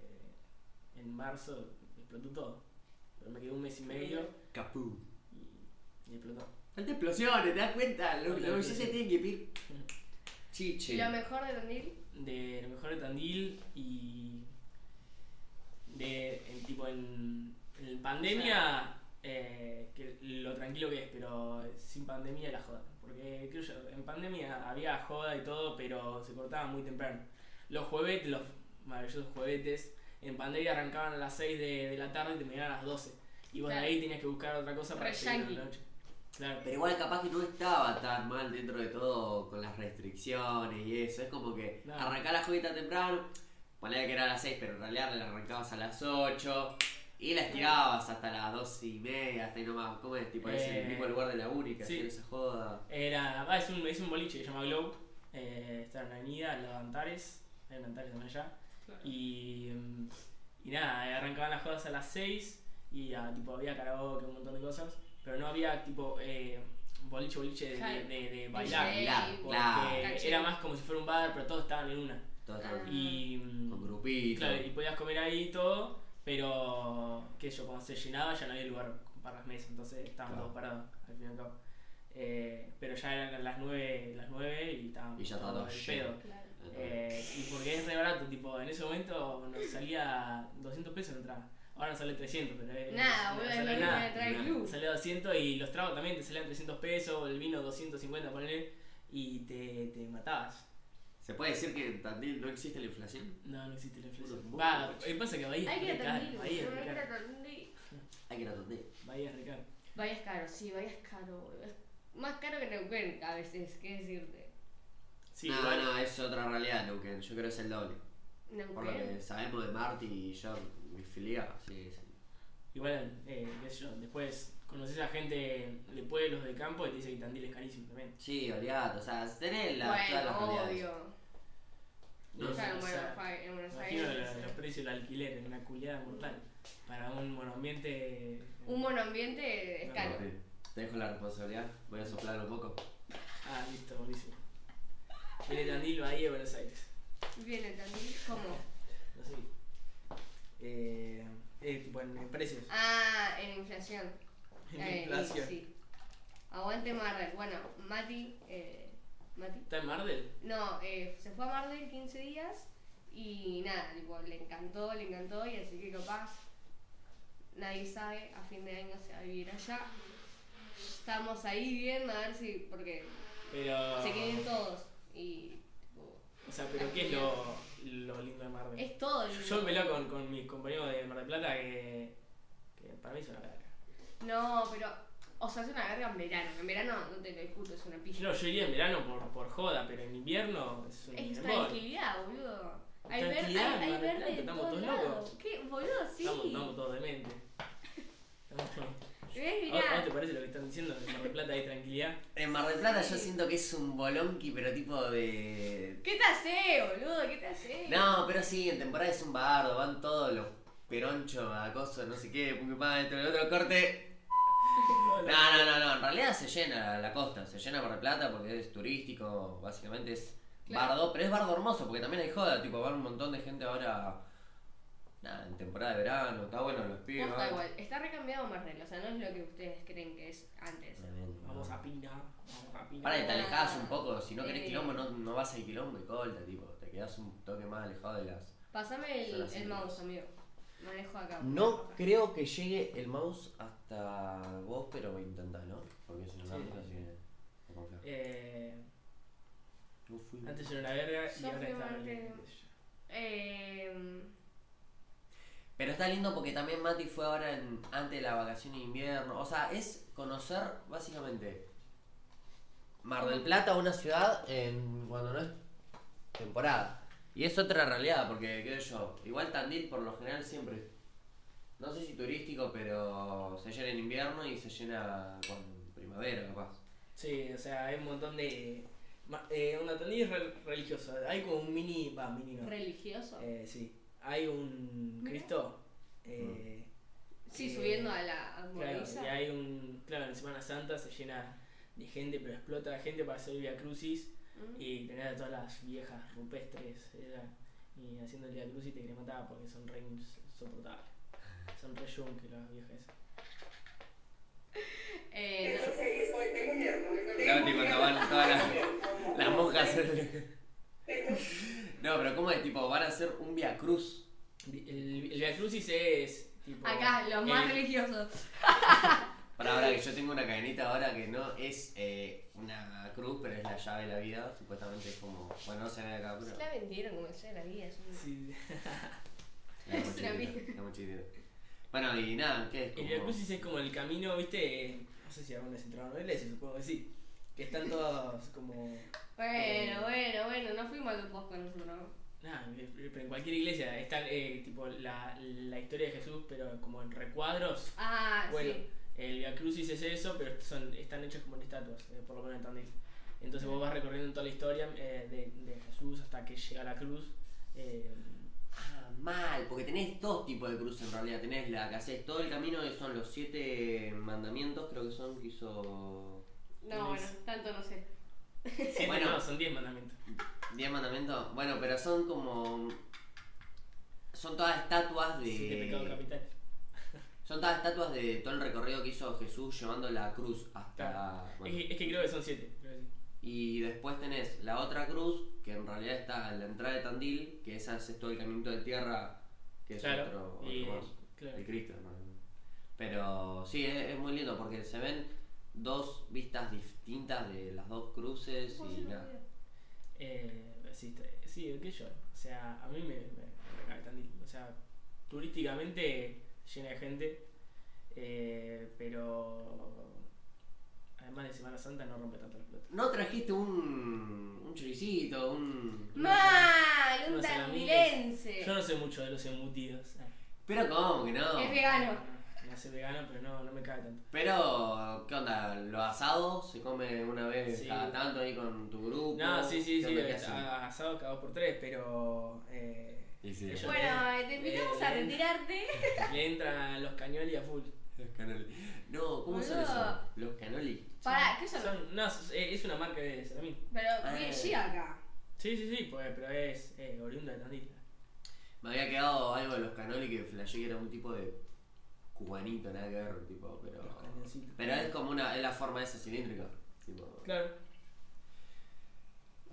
[SPEAKER 1] en marzo explotó todo. Pero me quedé un mes y medio
[SPEAKER 3] Capú.
[SPEAKER 1] y, y explotó.
[SPEAKER 3] Falta explosiones, ¿te das cuenta?
[SPEAKER 1] Falta Mm.
[SPEAKER 3] Lo, lo que ya
[SPEAKER 1] explosión.
[SPEAKER 3] se tiene que ir.
[SPEAKER 6] Y lo
[SPEAKER 3] Chiche.
[SPEAKER 6] mejor de Tandil,
[SPEAKER 1] De lo mejor de Tandil y. de. en- tipo en. en pandemia, eh, que lo tranquilo que es, pero sin pandemia la joda. Porque qué sé yo, en pandemia había joda y todo, pero se cortaba muy temprano. Los juevetes, los maravillosos juevetes, en pandemia arrancaban a las 6 de, de la tarde y terminaban a las 12. Y vos de
[SPEAKER 6] Claro.
[SPEAKER 1] ahí tenías que buscar otra cosa para
[SPEAKER 6] Re
[SPEAKER 1] seguir
[SPEAKER 6] yankee.
[SPEAKER 1] la noche. Claro.
[SPEAKER 3] Pero igual capaz que no estaba tan mal dentro de todo con las restricciones y eso. Es como que
[SPEAKER 1] No.
[SPEAKER 3] arrancar la juguita temprano, ponía que era a las 6, pero en realidad la arrancabas a las 8 y la estirabas hasta las 2 y media, hasta ahí nomás. ¿Cómo es? Tipo, es en el
[SPEAKER 1] Eh,
[SPEAKER 3] mismo lugar de la única,
[SPEAKER 1] sí.
[SPEAKER 3] hacer esa joda.
[SPEAKER 1] Era, va, es un, es un boliche que se llama Glow. Eh, está en la avenida, al lado de Antares. Hay un Antares también allá.
[SPEAKER 6] Claro.
[SPEAKER 1] Y, mm, y nada, eh, arrancaban las jodas a las 6 y ah, tipo, había karaoke, un montón de cosas. Pero no había tipo eh, boliche, boliche de, de,
[SPEAKER 6] Claro.
[SPEAKER 1] de- de bailar.
[SPEAKER 6] DJ,
[SPEAKER 3] bailar,
[SPEAKER 1] Porque
[SPEAKER 3] claro.
[SPEAKER 6] Caché.
[SPEAKER 1] era más como si fuera un bar, pero todos estaban en una.
[SPEAKER 3] Todo
[SPEAKER 6] Ah.
[SPEAKER 3] tranquilo,
[SPEAKER 1] Y, mm,
[SPEAKER 3] con grupito.
[SPEAKER 1] claro, y podías comer ahí y todo, pero que yo cuando se llenaba ya no había lugar para las mesas, entonces estábamos
[SPEAKER 3] Claro.
[SPEAKER 1] todos parados al fin y al cabo. Eh, pero ya eran las 9, las 9 y estábamos
[SPEAKER 3] Y ya estaba
[SPEAKER 1] todos
[SPEAKER 3] todo
[SPEAKER 1] al
[SPEAKER 3] lleno.
[SPEAKER 1] pedo.
[SPEAKER 6] claro.
[SPEAKER 1] Eh, y porque es re barato, tipo, en ese momento nos salía 200 pesos la entrada. Ahora nos sale 300, pero eh,
[SPEAKER 6] Nada,
[SPEAKER 1] no
[SPEAKER 6] boludo, es
[SPEAKER 1] sale
[SPEAKER 6] lo mismo
[SPEAKER 1] nada.
[SPEAKER 6] que trae el
[SPEAKER 3] nada.
[SPEAKER 1] Te
[SPEAKER 6] club.
[SPEAKER 1] salía 200 y los tragos también te salían 300 pesos, el vino 250, ponele, y te, te matabas.
[SPEAKER 3] ¿Se puede decir que en Tandil no existe la inflación?
[SPEAKER 1] No, no existe la inflación.
[SPEAKER 3] Bueno,
[SPEAKER 1] Va,
[SPEAKER 3] bueno.
[SPEAKER 1] eh, pasa que Bahía
[SPEAKER 6] Hay que
[SPEAKER 1] es
[SPEAKER 6] ir a
[SPEAKER 1] re caro.
[SPEAKER 6] Tandil, boludo.
[SPEAKER 1] Bahía es re
[SPEAKER 6] Hay que ir
[SPEAKER 1] caro.
[SPEAKER 6] a Tandil.
[SPEAKER 3] Hay que ir a Tandil.
[SPEAKER 1] Bahía es re caro.
[SPEAKER 6] Bahía es caro, sí, Bahía es caro, boludo. Es más caro que Neuquén a veces, qué decirte.
[SPEAKER 1] Sí,
[SPEAKER 3] no,
[SPEAKER 1] igual.
[SPEAKER 3] no, es otra realidad, Neuquén. Yo creo que es el doble. Por lo
[SPEAKER 6] Neuquén.
[SPEAKER 3] que sabemos de Marty y yo, mi filia, sí, sí.
[SPEAKER 1] Igual, eh, qué sé yo, después conoces a gente de pueblos de campo y te dice que Tandil es carísimo también.
[SPEAKER 3] Sí, olvidate, o sea, tenés la, todas las
[SPEAKER 6] Bueno,
[SPEAKER 3] realidades.
[SPEAKER 6] obvio.
[SPEAKER 3] No,
[SPEAKER 1] O
[SPEAKER 6] Claro, en
[SPEAKER 1] sea,
[SPEAKER 6] Buenos Ai- en Buenos
[SPEAKER 1] Imagino
[SPEAKER 6] Aires.
[SPEAKER 1] los, los precios del alquiler en una culiada mortal. Para un monoambiente. eh,
[SPEAKER 6] Un monoambiente es caro.
[SPEAKER 3] Martín, Te dejo la responsabilidad, voy a soplar un poco.
[SPEAKER 1] Ah, listo, buenísimo. Viene Tandil, Bahía, Buenos Aires.
[SPEAKER 6] Viene Tandil, ¿cómo?
[SPEAKER 1] Lo sé. Eh, eh, tipo en, en precios.
[SPEAKER 6] Ah, en inflación.
[SPEAKER 1] En
[SPEAKER 6] Eh,
[SPEAKER 1] inflación.
[SPEAKER 6] sí. Aguante Marvel. Bueno, Mati. Eh, ¿Mati?
[SPEAKER 1] ¿Está en Mardel?
[SPEAKER 6] No, eh, se fue a Marvel 15 días y nada, tipo, le encantó, le encantó y así que capaz nadie sabe, a fin de año se va a vivir allá. Estamos ahí bien, a ver si, porque
[SPEAKER 1] Pero.
[SPEAKER 6] se quieren todos y tipo,
[SPEAKER 1] O sea, pero ¿qué es lo, lo lindo de Mardel?
[SPEAKER 6] es todo. el-
[SPEAKER 1] Yo me lo con, con mis compañeros de Mar del Plata que, que para mí es una verga.
[SPEAKER 6] No, pero, o sea, es una verga en verano, en verano no te lo discuto, es una pija.
[SPEAKER 1] No, yo iría en verano por, por joda, pero en invierno es un
[SPEAKER 6] Es
[SPEAKER 1] embole.
[SPEAKER 6] tranquilidad, boludo. Hay, ver, hay,
[SPEAKER 1] Tranquilidad,
[SPEAKER 6] hay
[SPEAKER 1] Mar del Plata,
[SPEAKER 6] verde en
[SPEAKER 1] estamos
[SPEAKER 6] todos
[SPEAKER 1] todos
[SPEAKER 6] lados.
[SPEAKER 1] locos.
[SPEAKER 6] ¿Qué? Boludo, sí.
[SPEAKER 1] Estamos, estamos todos dementes. Estamos todos-
[SPEAKER 6] ¿Ves?
[SPEAKER 1] ¿A vos- a vos
[SPEAKER 6] Mirá.
[SPEAKER 1] te parece lo que están diciendo? Que en Mar del Plata hay tranquilidad.
[SPEAKER 3] En Mar del Plata yo siento que es un bolonqui, pero tipo de...
[SPEAKER 6] ¿Qué te hace, boludo? ¿Qué te hace?
[SPEAKER 3] No, pero sí, en temporada es un bardo, van todos los peronchos, acoso, no sé qué, pum, pum, pam, esto, lo otro corte. No, no, no, no, en realidad se llena la costa, se llena Mar del Plata porque es turístico, básicamente es
[SPEAKER 6] Claro.
[SPEAKER 3] bardo, pero es bardo hermoso porque también hay joda, tipo, van un montón de gente ahora, nada, en temporada de verano, está bueno los pibes.
[SPEAKER 6] Posta
[SPEAKER 3] van.
[SPEAKER 6] igual. Está recambiado Marvel, o sea, no es lo que ustedes creen que es antes.
[SPEAKER 3] Tremendo.
[SPEAKER 1] Vamos a Pina, vamos a Pina.
[SPEAKER 3] Para que te alejás un poco, si no querés
[SPEAKER 6] Eh.
[SPEAKER 3] quilombo no, no vas al quilombo y colta, tipo, te quedás un toque más alejado de las...
[SPEAKER 6] Pásame el,
[SPEAKER 3] Son así.
[SPEAKER 6] el mouse, amigo. Manejo acá.
[SPEAKER 3] No creo que llegue el mouse hasta vos, pero voy a intentarlo, porque es
[SPEAKER 1] Sí.
[SPEAKER 3] una marca, así que... no confío.
[SPEAKER 1] Eh,
[SPEAKER 3] No fui.
[SPEAKER 1] antes era una verga y
[SPEAKER 6] Yo
[SPEAKER 1] ahora
[SPEAKER 6] fui
[SPEAKER 1] está
[SPEAKER 6] Mardel.
[SPEAKER 1] bien.
[SPEAKER 6] Eh,
[SPEAKER 3] Pero está lindo porque también Mati fue ahora en, antes de la vacación de invierno. O sea, es conocer básicamente Mar del Plata, una ciudad en cuando no es temporada. Y es otra realidad, porque qué sé yo, igual Tandil por lo general siempre, no sé si turístico, pero se llena en invierno y se llena con primavera capaz.
[SPEAKER 1] Sí, o sea, hay un montón de. ma- Eh, una tandil es re- religioso. Hay como un mini. Va, mini no.
[SPEAKER 6] Religioso.
[SPEAKER 1] Eh, sí. Hay un
[SPEAKER 6] Mirá.
[SPEAKER 1] Cristo. Eh,
[SPEAKER 6] Sí,
[SPEAKER 1] eh,
[SPEAKER 6] subiendo a la
[SPEAKER 1] Claro,
[SPEAKER 6] armoniza.
[SPEAKER 1] y hay un. Claro, en Semana Santa se llena de gente, pero explota de gente para hacer Via Crucis
[SPEAKER 6] Mm.
[SPEAKER 1] y tener a todas las viejas rupestres era, y haciendo el Via Crucis te querés matar porque son re insoportables. Son re que las viejas esas.
[SPEAKER 6] Eh,
[SPEAKER 3] Claramente cuando van todas las, las monjas. No, pero ¿cómo es? Tipo, van a hacer un Via Cruz.
[SPEAKER 1] Vi- El, el Via Crucis es. Tipo,
[SPEAKER 6] acá, los más
[SPEAKER 1] el-
[SPEAKER 6] religiosos.
[SPEAKER 3] Para ahora que yo tengo una cadenita ahora que no es eh, una cruz, pero es la llave de la vida. Supuestamente es como. Bueno, no se ve acá, pero.
[SPEAKER 6] Se la vendieron como sea la vida. es un-
[SPEAKER 1] sí.
[SPEAKER 3] La
[SPEAKER 6] Es una
[SPEAKER 3] mochilita, la mochilita. Bueno, y nada, ¿qué es?
[SPEAKER 1] El
[SPEAKER 3] Como...
[SPEAKER 1] Via Crucis es como el camino, viste. eh, No sé si alguna vez entraron a una iglesia, supongo que sí. Que están todos como.
[SPEAKER 6] Bueno, bueno, bueno, no fuimos al posco nosotros.
[SPEAKER 1] Nada, eh, pero en cualquier iglesia está eh, tipo la, la historia de Jesús, pero como en recuadros.
[SPEAKER 6] Ah,
[SPEAKER 1] Bueno,
[SPEAKER 6] sí.
[SPEAKER 1] el Via Crucis es eso, pero son, están hechos como en estatuas, eh, por lo menos en Tandil. Entonces vos vas recorriendo toda la historia eh, de, de Jesús hasta que llega a la cruz. eh,
[SPEAKER 3] Ah, mal, porque tenés dos tipos de cruz en realidad. Tenés la que haces todo el camino, que son los siete mandamientos, creo que son, que hizo.
[SPEAKER 6] No, bueno, tanto no sé.
[SPEAKER 1] siete,
[SPEAKER 3] Bueno.
[SPEAKER 1] no, son 10 mandamientos.
[SPEAKER 3] ¿Diez mandamientos? Bueno, pero son como. Son todas estatuas de.
[SPEAKER 1] Siete pecados capitales.
[SPEAKER 3] Son todas estatuas de todo el recorrido que hizo Jesús llevando la cruz hasta. bueno.
[SPEAKER 1] Es, que- es que creo que son 7.
[SPEAKER 3] Y después tenés la otra cruz, que en realidad está en la entrada de Tandil, que esa es todo el caminito de tierra, que es
[SPEAKER 1] Claro.
[SPEAKER 3] otro, otro
[SPEAKER 1] y,
[SPEAKER 3] más.
[SPEAKER 1] claro.
[SPEAKER 3] El Cristo, hermano. Pero sí, es, es muy lindo porque se ven dos vistas distintas de las dos cruces y nada.
[SPEAKER 1] Eh, sí, está- sí, qué yo. O sea, a mí me, me, me cae Tandil. O sea, turísticamente llena de gente, eh, pero además de Semana Santa no rompe tanto la pelota.
[SPEAKER 3] ¿No trajiste un, un choricito, un...
[SPEAKER 6] ¡Mal!
[SPEAKER 1] No
[SPEAKER 6] ¡Un
[SPEAKER 1] sé, la mía
[SPEAKER 6] tandilense!
[SPEAKER 1] Yo no sé mucho de los embutidos. Ah,
[SPEAKER 3] Pero cómo que no?
[SPEAKER 6] Es vegano.
[SPEAKER 1] No sé vegano, pero no, no me cae tanto.
[SPEAKER 3] Pero, ¿qué onda? ¿Lo asado se come una vez
[SPEAKER 1] Sí.
[SPEAKER 3] cada tanto ahí con tu grupo?
[SPEAKER 1] No, sí, sí,
[SPEAKER 3] ¿Qué
[SPEAKER 1] sí,
[SPEAKER 3] onda que hacen?
[SPEAKER 1] está asado cada dos por tres, pero eh,
[SPEAKER 3] Y sí,
[SPEAKER 1] Ellos-
[SPEAKER 6] Bueno, eh, te invitamos a
[SPEAKER 1] Eh,
[SPEAKER 6] retirarte.
[SPEAKER 1] le entran los cañoli a full.
[SPEAKER 3] Los canoli. No, ¿cómo son
[SPEAKER 6] Boludo.
[SPEAKER 3] eso? Los canoli.
[SPEAKER 6] Pará, ¿qué son?
[SPEAKER 1] Son- eh. no, es- es una marca de Salamín.
[SPEAKER 6] Pero
[SPEAKER 3] Ah.
[SPEAKER 6] viene Gia acá.
[SPEAKER 1] Sí, sí, sí, pues, pero es eh, oriunda de Tandil.
[SPEAKER 3] Me había quedado algo de los canoli que flashé que era un tipo de cubanito, nada que ver, tipo, pero.
[SPEAKER 1] Los cañoncitos.
[SPEAKER 3] Pero es como una. es la forma esa cilíndrica. Tipo.
[SPEAKER 1] Claro.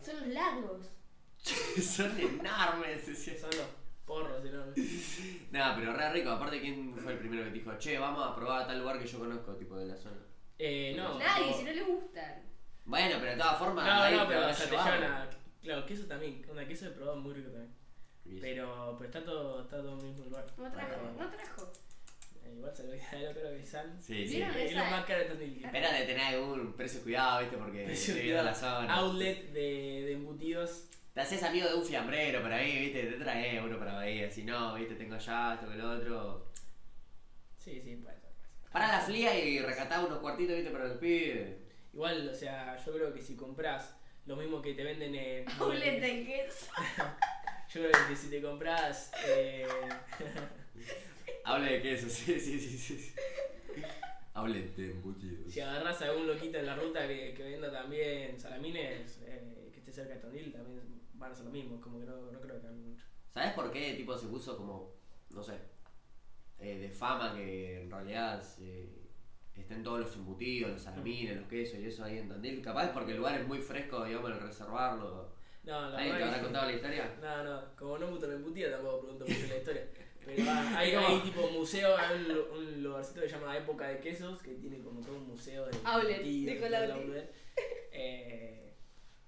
[SPEAKER 6] Son los largos.
[SPEAKER 3] son enormes, decía.
[SPEAKER 1] Son los porros enormes.
[SPEAKER 3] Nada, pero re rico. Aparte, ¿quién fue el primero que te dijo, che, vamos a probar a tal lugar que yo conozco, tipo, de la zona?
[SPEAKER 1] Eh, no.
[SPEAKER 6] Nadie,
[SPEAKER 1] tipo-
[SPEAKER 6] si no le gustan.
[SPEAKER 3] Bueno, pero de todas formas.
[SPEAKER 1] No,
[SPEAKER 3] ahí
[SPEAKER 1] no,
[SPEAKER 3] te
[SPEAKER 1] pero
[SPEAKER 3] vas
[SPEAKER 1] Satellana. Claro, queso también. Onda, queso he probado muy rico también.
[SPEAKER 3] llevando.
[SPEAKER 1] Pero, pero está todo, está todo en el mismo lugar.
[SPEAKER 6] No trajo, no trajo.
[SPEAKER 1] Eh, igual se lo voy a dar otro que sal.
[SPEAKER 3] Sí, sí.
[SPEAKER 6] ¿Vieron?
[SPEAKER 1] Es lo
[SPEAKER 6] Esa-
[SPEAKER 1] más caro de Tandil.
[SPEAKER 3] Espera de tener algún precio cuidado, viste, porque
[SPEAKER 1] Precio
[SPEAKER 3] estoy viendo la
[SPEAKER 1] cuidado. Ah,
[SPEAKER 3] zona.
[SPEAKER 1] Outlet de, de embutidos.
[SPEAKER 3] Te haces amigo de un fiambrero por ahí, viste, te trae uno para Bahía. Si no, viste, tengo allá, esto que el otro.
[SPEAKER 1] Sí, sí, puede ser. puede ser.
[SPEAKER 3] Para la fría y recatá unos cuartitos, viste, para los pibes.
[SPEAKER 1] Igual, o sea, yo creo que si compras lo mismo que te venden en.
[SPEAKER 6] Outlet del queso.
[SPEAKER 1] Yo creo que si te compras. Eh,
[SPEAKER 3] Hable de queso, sí, sí, sí, sí. sí. Hable de embutidos.
[SPEAKER 1] Si agarras a algún loquito en la ruta que, que venda también salamines, eh, que esté cerca de Tandil, también van a hacer lo mismo, como que no, no creo que cambie mucho.
[SPEAKER 3] ¿Sabes por qué tipo se puso como, no sé, eh, de fama que en realidad se- estén todos los embutidos, los salamines, los quesos y eso ahí en Tandil? Capaz porque el lugar es muy fresco, digamos, el reservarlo.
[SPEAKER 1] No, la
[SPEAKER 3] ¿Alguien te
[SPEAKER 1] verdad
[SPEAKER 3] habrá
[SPEAKER 1] que-
[SPEAKER 3] contado la historia?
[SPEAKER 1] No, no, como no mucho me embutía tampoco pregunto mucho la historia. Pero va, hay,
[SPEAKER 3] Es como-
[SPEAKER 1] hay tipo museo, hay un, lu- un lugarcito que se llama Época de Quesos, que tiene como todo un museo de
[SPEAKER 6] Outlet,
[SPEAKER 1] embutidos,
[SPEAKER 6] dijo
[SPEAKER 1] todo
[SPEAKER 6] la
[SPEAKER 1] el
[SPEAKER 6] Outlet.
[SPEAKER 1] outlet. Eh,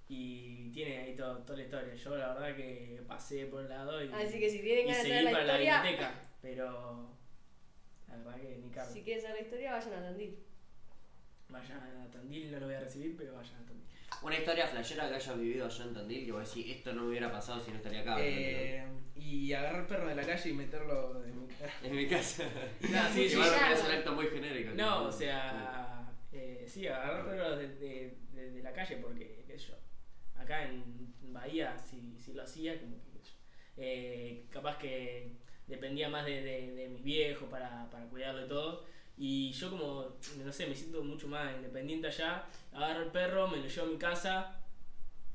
[SPEAKER 1] y tiene ahí todo, toda la historia. Yo la verdad que pasé por el lado y,
[SPEAKER 6] Así que si
[SPEAKER 1] y
[SPEAKER 6] tienen ganas de
[SPEAKER 1] seguí
[SPEAKER 6] saber
[SPEAKER 1] para
[SPEAKER 6] la
[SPEAKER 1] la
[SPEAKER 6] historia,
[SPEAKER 1] biblioteca, pero la verdad que ni carne.
[SPEAKER 6] si quieren saber la historia, vayan a Tandil.
[SPEAKER 1] Vayan a Tandil, no lo voy a recibir, pero vayan a Tandil.
[SPEAKER 3] Una historia flashera que hayas vivido allá en Tandil que vos decís, esto no me hubiera pasado si no estaría acá.
[SPEAKER 1] Eh, y agarrar perros de la calle y meterlo en mi casa.
[SPEAKER 3] En mi casa.
[SPEAKER 1] No, sí, sí,
[SPEAKER 3] Igual
[SPEAKER 6] ya,
[SPEAKER 3] es un
[SPEAKER 6] bueno.
[SPEAKER 3] acto muy genérico.
[SPEAKER 1] No, o sea, eh, sí, agarrar perros de, de- de- de la calle porque, qué sé yo, acá en Bahía, si, si lo hacía, como que, qué sé yo, eh, capaz que dependía más de, de- de mis viejos para, para cuidarlo y todo. Y yo como, no sé, me siento mucho más independiente allá, agarro el perro, me lo llevo a mi casa.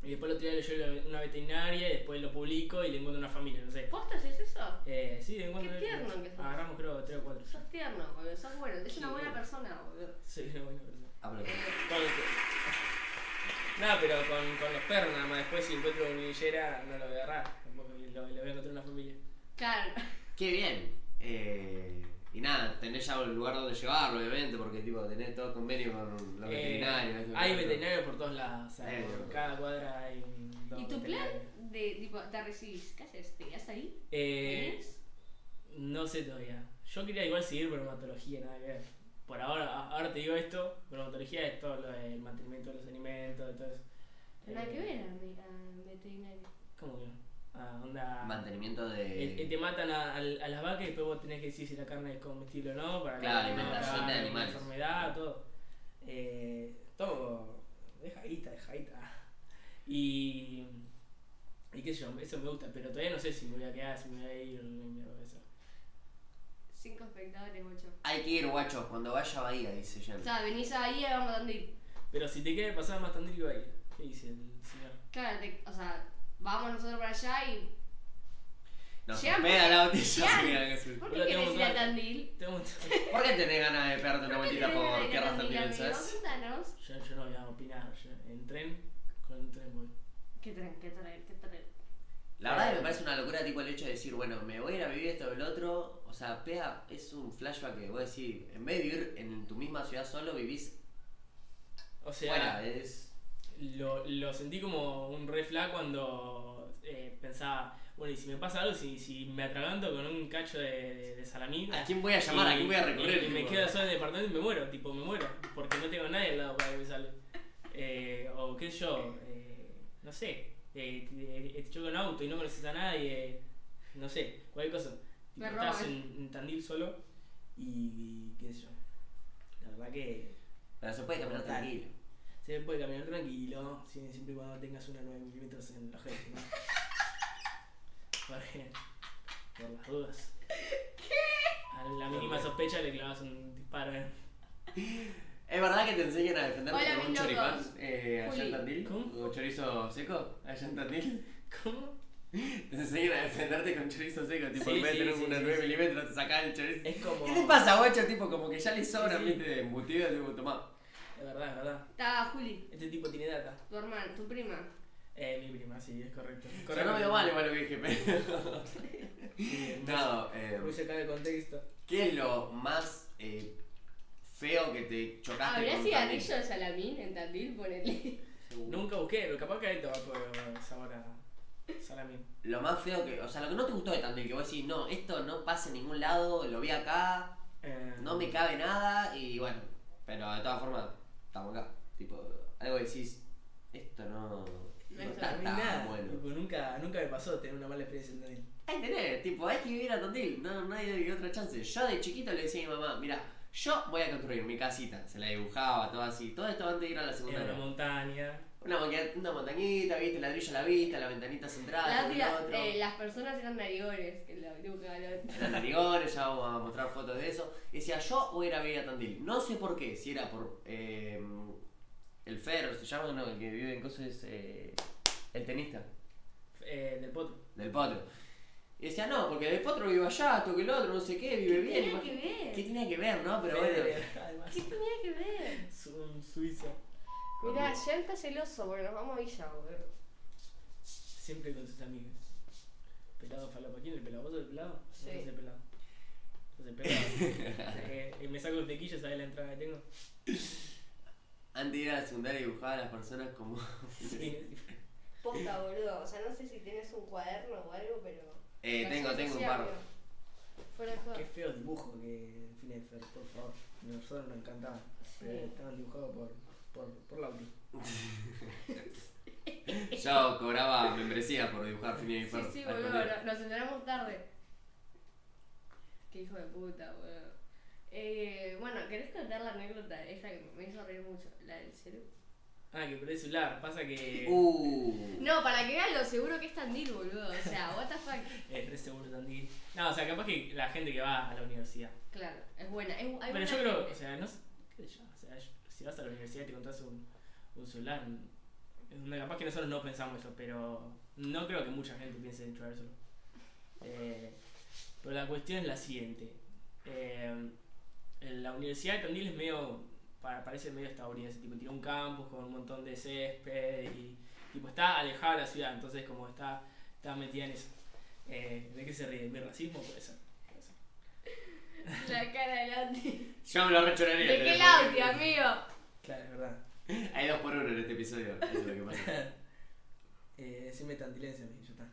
[SPEAKER 1] Y después lo otro día lo llevo a una veterinaria y después lo publico y le encuentro una familia, no sé.
[SPEAKER 6] ¿Posta es eso?
[SPEAKER 1] Eh, sí, le encuentro...
[SPEAKER 6] Qué tierno que sos.
[SPEAKER 1] Agarramos creo tres o cuatro.
[SPEAKER 6] Sos tierno, boludo. Sos bueno. Es una
[SPEAKER 1] Sí.
[SPEAKER 6] buena persona, boludo.
[SPEAKER 1] Sí, una buena persona.
[SPEAKER 3] Aplausos.
[SPEAKER 1] Con el que- No, pero con, con los perros nada más. Después si encuentro una linchera no lo voy a agarrar. Tampoco Lo, le voy a encontrar una familia.
[SPEAKER 6] Claro.
[SPEAKER 3] Qué bien. Eh, y nada, tenés ya un lugar donde llevarlo, obviamente, porque tipo tenés todo convenio con los
[SPEAKER 1] Eh,
[SPEAKER 3] veterinarios. esto,
[SPEAKER 1] hay
[SPEAKER 3] lo otro.
[SPEAKER 1] veterinarios por todos lados. O sea,
[SPEAKER 3] Eh,
[SPEAKER 1] por
[SPEAKER 3] bueno.
[SPEAKER 1] cada cuadra hay un... dos
[SPEAKER 6] ¿Y tu plan
[SPEAKER 1] veterinarios.
[SPEAKER 6] de, tipo, te recibís? ¿Qué haces? ¿Te quedás ahí?
[SPEAKER 1] Eh,
[SPEAKER 6] ¿Venís?
[SPEAKER 1] no sé todavía. Yo quería igual seguir bromatología, nada que ver. Por ahora, a- ahora te digo esto. Bromatología es todo lo del mantenimiento de los alimentos, de todo eso.
[SPEAKER 6] Nada
[SPEAKER 1] Eh,
[SPEAKER 6] que ver a, mi- a veterinario.
[SPEAKER 1] ¿Cómo que no? Ah, onda...
[SPEAKER 3] Mantenimiento
[SPEAKER 1] Eh, eh,
[SPEAKER 3] de.
[SPEAKER 1] te matan a, al- a las vacas y después vos tenés que decir si la carne es comestible o no, para que
[SPEAKER 3] Claro,
[SPEAKER 1] no
[SPEAKER 6] alimentación
[SPEAKER 1] haga
[SPEAKER 6] de
[SPEAKER 1] ninguna
[SPEAKER 3] animales.
[SPEAKER 1] enfermedad, todo. Eh, todo. Dejadita, dejadita. Y. Y qué sé yo, eso me gusta, pero todavía no sé si me voy a quedar, si me voy a ir, ni mierda de eso.
[SPEAKER 6] Cinco espectadores, ocho.
[SPEAKER 3] Hay que ir, guachos, cuando vaya a Bahía, dice
[SPEAKER 6] O
[SPEAKER 3] Jan.
[SPEAKER 6] sea, venís ahí y vamos a Tandil.
[SPEAKER 1] Pero si te quiere pasar más tandil que va a ir. ¿Qué dice el señor?
[SPEAKER 6] Claro, te- o sea, vamos nosotros para allá y...
[SPEAKER 3] No se
[SPEAKER 6] Jan,
[SPEAKER 3] pega la botella.
[SPEAKER 6] Jan.
[SPEAKER 3] se queda casi-
[SPEAKER 6] ¿Por
[SPEAKER 1] Hola,
[SPEAKER 6] qué
[SPEAKER 1] tengo
[SPEAKER 6] querés
[SPEAKER 1] un
[SPEAKER 6] ir a
[SPEAKER 1] plan.
[SPEAKER 6] Tandil?
[SPEAKER 1] Tengo un-
[SPEAKER 3] ¿Por qué tenés ganas de pegarte una
[SPEAKER 6] ¿Por qué
[SPEAKER 3] vueltita
[SPEAKER 6] tenés ganas de
[SPEAKER 3] por
[SPEAKER 6] ir a
[SPEAKER 3] tierras
[SPEAKER 6] Tandil,
[SPEAKER 3] también,
[SPEAKER 6] amigo?
[SPEAKER 3] ¿sabes?
[SPEAKER 6] Contanos.
[SPEAKER 1] yo, yo no voy a opinar, yo en tren, con el tren voy.
[SPEAKER 6] ¿Qué tren? ¿Qué tren? ¿Qué tren?
[SPEAKER 3] La verdad que me parece una locura tipo el hecho de decir, bueno, me voy a ir a vivir esto o el otro. O sea, pega, es un flashback que vos decís, en vez de vivir en tu misma ciudad solo, vivís
[SPEAKER 1] O sea,
[SPEAKER 3] fuera. Es.
[SPEAKER 1] lo, lo sentí como un re fla cuando eh, pensaba, bueno, y si me pasa algo, si, si me atraganto con un cacho de, de, de salamín.
[SPEAKER 3] ¿A quién voy a llamar? ¿A quién voy a recurrir?
[SPEAKER 1] Y, y me
[SPEAKER 3] tipo?
[SPEAKER 1] quedo solo en el departamento y me muero, tipo, me muero, porque no tengo a nadie al lado para que me salve. Eh, o qué sé yo, eh, no sé, eh, te- te choca un auto y no conoces a nadie, no sé, cualquier cosa. Tipo,
[SPEAKER 6] Me
[SPEAKER 1] estás en,
[SPEAKER 6] roban.
[SPEAKER 1] en Tandil solo y qué sé yo. La verdad que
[SPEAKER 3] Pero se puede caminar tranquilo.
[SPEAKER 1] se puede caminar tranquilo, si- siempre y cuando tengas una 9 milímetros en la gente, ¿no? Porque, por las dudas. A la mínima sospecha le clavas un disparo. ¿eh?
[SPEAKER 3] ¿Es verdad que te enseñan a defenderte
[SPEAKER 6] Hola,
[SPEAKER 3] con un
[SPEAKER 6] mis
[SPEAKER 3] choripán
[SPEAKER 6] locos.
[SPEAKER 3] eh, allá en
[SPEAKER 6] Juli.
[SPEAKER 3] Tandil?
[SPEAKER 1] ¿Cómo?
[SPEAKER 3] ¿O chorizo seco allá en Tandil?
[SPEAKER 1] ¿Cómo?
[SPEAKER 3] Te enseñan a defenderte con chorizo seco, tipo,
[SPEAKER 1] Sí,
[SPEAKER 3] en vez
[SPEAKER 1] sí,
[SPEAKER 3] de tener
[SPEAKER 1] sí,
[SPEAKER 3] una
[SPEAKER 1] sí,
[SPEAKER 3] 9
[SPEAKER 1] sí.
[SPEAKER 3] milímetros, te sacás el chorizo.
[SPEAKER 1] Es como.
[SPEAKER 3] ¿Qué te pasa, guacho? Tipo, como que ya le sobra,
[SPEAKER 1] Sí, sí.
[SPEAKER 3] viste, embutido, tipo, tomá.
[SPEAKER 1] Es verdad, es verdad.
[SPEAKER 6] Está Juli,
[SPEAKER 1] Este tipo tiene data.
[SPEAKER 6] tu hermana, tu prima.
[SPEAKER 1] Eh, mi prima, sí, es correcto.
[SPEAKER 3] Yo no veo mal igual lo que dije, pero...
[SPEAKER 1] Sí,
[SPEAKER 3] no,
[SPEAKER 1] Muy
[SPEAKER 3] eh,
[SPEAKER 1] sacado de contexto.
[SPEAKER 3] ¿qué es lo más eh, feo que te chocaste
[SPEAKER 6] ¿Habrá
[SPEAKER 3] con
[SPEAKER 6] cigarrillo de salamín en Tandil? Ponele.
[SPEAKER 3] Tandil?
[SPEAKER 1] Nunca busqué, pero capaz que hay tabaco de sabor a salamín.
[SPEAKER 3] Lo más feo que... O sea, lo que no te gustó de Tandil, que vos decís, no, esto no pasa en ningún lado, lo vi acá,
[SPEAKER 1] Eh,
[SPEAKER 3] no me cabe nada, y bueno, pero de todas formas, estamos acá. Tipo, algo decís, esto no... No
[SPEAKER 6] está
[SPEAKER 3] está
[SPEAKER 1] A mí
[SPEAKER 3] tan
[SPEAKER 1] nada.
[SPEAKER 3] bueno.
[SPEAKER 1] tipo, nunca, nunca me pasó tener una mala experiencia en Tandil.
[SPEAKER 3] Ahí tenés, tipo, hay que vivir a Tandil, no, no hay otra chance. Yo de chiquito le decía a mi mamá, mira, yo voy a construir mi casita, se la dibujaba, todo así, todo esto antes de ir a la
[SPEAKER 1] Era una
[SPEAKER 3] secundaria.
[SPEAKER 1] montaña.
[SPEAKER 3] Una, monta- una montañita, viste, ladrillo a la vista, la ventanita central,
[SPEAKER 6] La
[SPEAKER 3] todo
[SPEAKER 6] tía-
[SPEAKER 3] lo Ah, otro.
[SPEAKER 6] eh, las personas eran narigones que lo dibujaron.
[SPEAKER 3] Eran narigones, ya vamos a mostrar fotos de eso. Y decía, yo voy a ir a vivir a Tandil. No sé por qué, si era por eh, el Ferro, se llama, no, el que vive en cosas es eh, el tenista.
[SPEAKER 1] Eh, del potro.
[SPEAKER 3] Del potro. Y decía, no, porque del potro vive allá, esto que el otro, no sé qué, vive
[SPEAKER 6] ¿Qué
[SPEAKER 3] bien.
[SPEAKER 6] tenía
[SPEAKER 3] imagi-
[SPEAKER 6] que ver?
[SPEAKER 3] ¿Qué tenía que ver, no? Pero bueno.
[SPEAKER 1] Federer, además.
[SPEAKER 6] ¿Qué tenía que ver?
[SPEAKER 1] Es un suizo.
[SPEAKER 6] Mirá, ya está celoso porque nos vamos a Villa, boludo.
[SPEAKER 1] Siempre con sus amigos. Pelado falopa. ¿Quién es el pelado? ¿Vos sos el pelado? No
[SPEAKER 6] Sí.
[SPEAKER 1] sos el pelado. Sos el pelado. Eh, eh, me saco el flequillo, ¿sabes la entrada que tengo?
[SPEAKER 3] Antes de ir a la secundaria dibujaba a las personas como.
[SPEAKER 1] Sí.
[SPEAKER 6] Posta, boludo. O sea, no sé si tienes un cuaderno o algo, pero.
[SPEAKER 3] eh, tengo, tengo un par.
[SPEAKER 6] Fuera de juego.
[SPEAKER 1] Qué feo dibujo que tiene Fer, por favor. Nosotros nos encantaba. Pero estaba dibujado por, por, por Lauti.
[SPEAKER 3] Yo cobraba membresía por dibujar Phineas y
[SPEAKER 6] Sí,
[SPEAKER 3] Ferb.
[SPEAKER 6] sí,
[SPEAKER 3] al
[SPEAKER 6] boludo,
[SPEAKER 3] colegio.
[SPEAKER 6] no- nos enteramos tarde. Qué hijo de puta, boludo. Eh, bueno, ¿querés contar la anécdota? Esa que me hizo reír mucho, la del celu.
[SPEAKER 1] Ah, que perdí el celular. Pasa que
[SPEAKER 3] Uh,
[SPEAKER 6] No, para que vean lo seguro que es Tandil, boludo. O sea, what the fuck.
[SPEAKER 1] es re seguro Tandil. No, o sea, capaz que la gente que va a la universidad.
[SPEAKER 6] Claro, es buena. Es, hay
[SPEAKER 1] Pero
[SPEAKER 6] buena
[SPEAKER 1] yo creo,
[SPEAKER 6] gente.
[SPEAKER 1] o sea, no sé, qué sé yo, o sea, yo- si vas a la universidad y te contás un, un celular, es donde capaz que nosotros no pensamos eso, pero no creo que mucha gente piense en traérselo. Eh, pero la cuestión es la siguiente. Eh, en la Universidad de Tandil es medio, pa- parece medio estadounidense, tipo, tiene un campus con un montón de césped y tipo, está alejada de la ciudad, entonces como está, está metida en eso. Eh, ¿De qué se ríe? ¿Mi racismo? Puede ser. Puede ser.
[SPEAKER 6] La cara de Lauti.
[SPEAKER 3] yo me lo rechoraría.
[SPEAKER 6] ¿De qué Lauti, amigo?
[SPEAKER 1] Claro, es verdad.
[SPEAKER 3] Hay dos por uno en este episodio. Eso es lo que pasa.
[SPEAKER 1] Eh, decime tantilense, me yo está.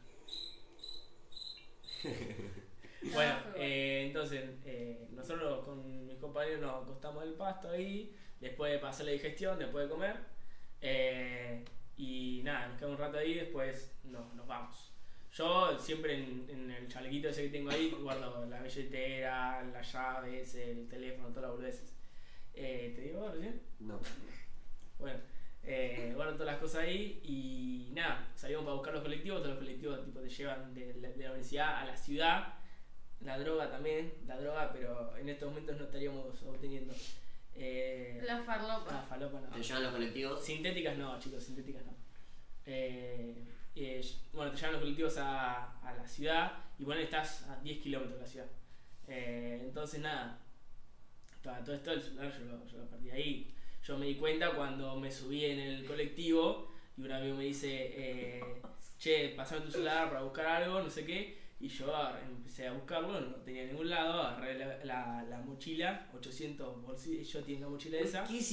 [SPEAKER 6] No,
[SPEAKER 1] Bueno,
[SPEAKER 6] Ah, fue bueno.
[SPEAKER 1] eh, entonces, eh, nosotros con mis compañeros nos acostamos el pasto ahí, después de pasar la digestión, después de comer. eh, y nada, nos quedamos un rato ahí, después nos, nos vamos. Yo siempre en, en el chalequito ese que tengo ahí guardo la billetera, las llaves, el teléfono, todas las boludeces. Eh, ¿Te digo recién?
[SPEAKER 3] No.
[SPEAKER 1] Bueno, eh, guardan todas las cosas ahí y nada, salimos para buscar los colectivos, todos los colectivos tipo te llevan de, la- de la universidad a la ciudad, la droga también, la droga, pero en estos momentos no estaríamos obteniendo. Eh,
[SPEAKER 6] La
[SPEAKER 1] ah,
[SPEAKER 6] farlopa.
[SPEAKER 1] falopa no.
[SPEAKER 3] Te llevan los colectivos.
[SPEAKER 1] Sintéticas no, chicos, sintéticas no. Eh, eh, bueno, te llevan los colectivos a, a la ciudad y bueno, estás a 10 kilómetros de la ciudad. Eh, entonces, nada, ta- todo esto el celular yo lo, yo lo perdí ahí. Yo me di cuenta cuando me subí en el colectivo y un amigo me dice, eh, che, pasame tu celular para buscar algo, no sé qué. Y yo agarré- empecé a buscarlo, no tenía en ningún lado, agarré la, la- la mochila, 800 bolsillos, yo tenía la mochila esa.
[SPEAKER 3] ¿Qué es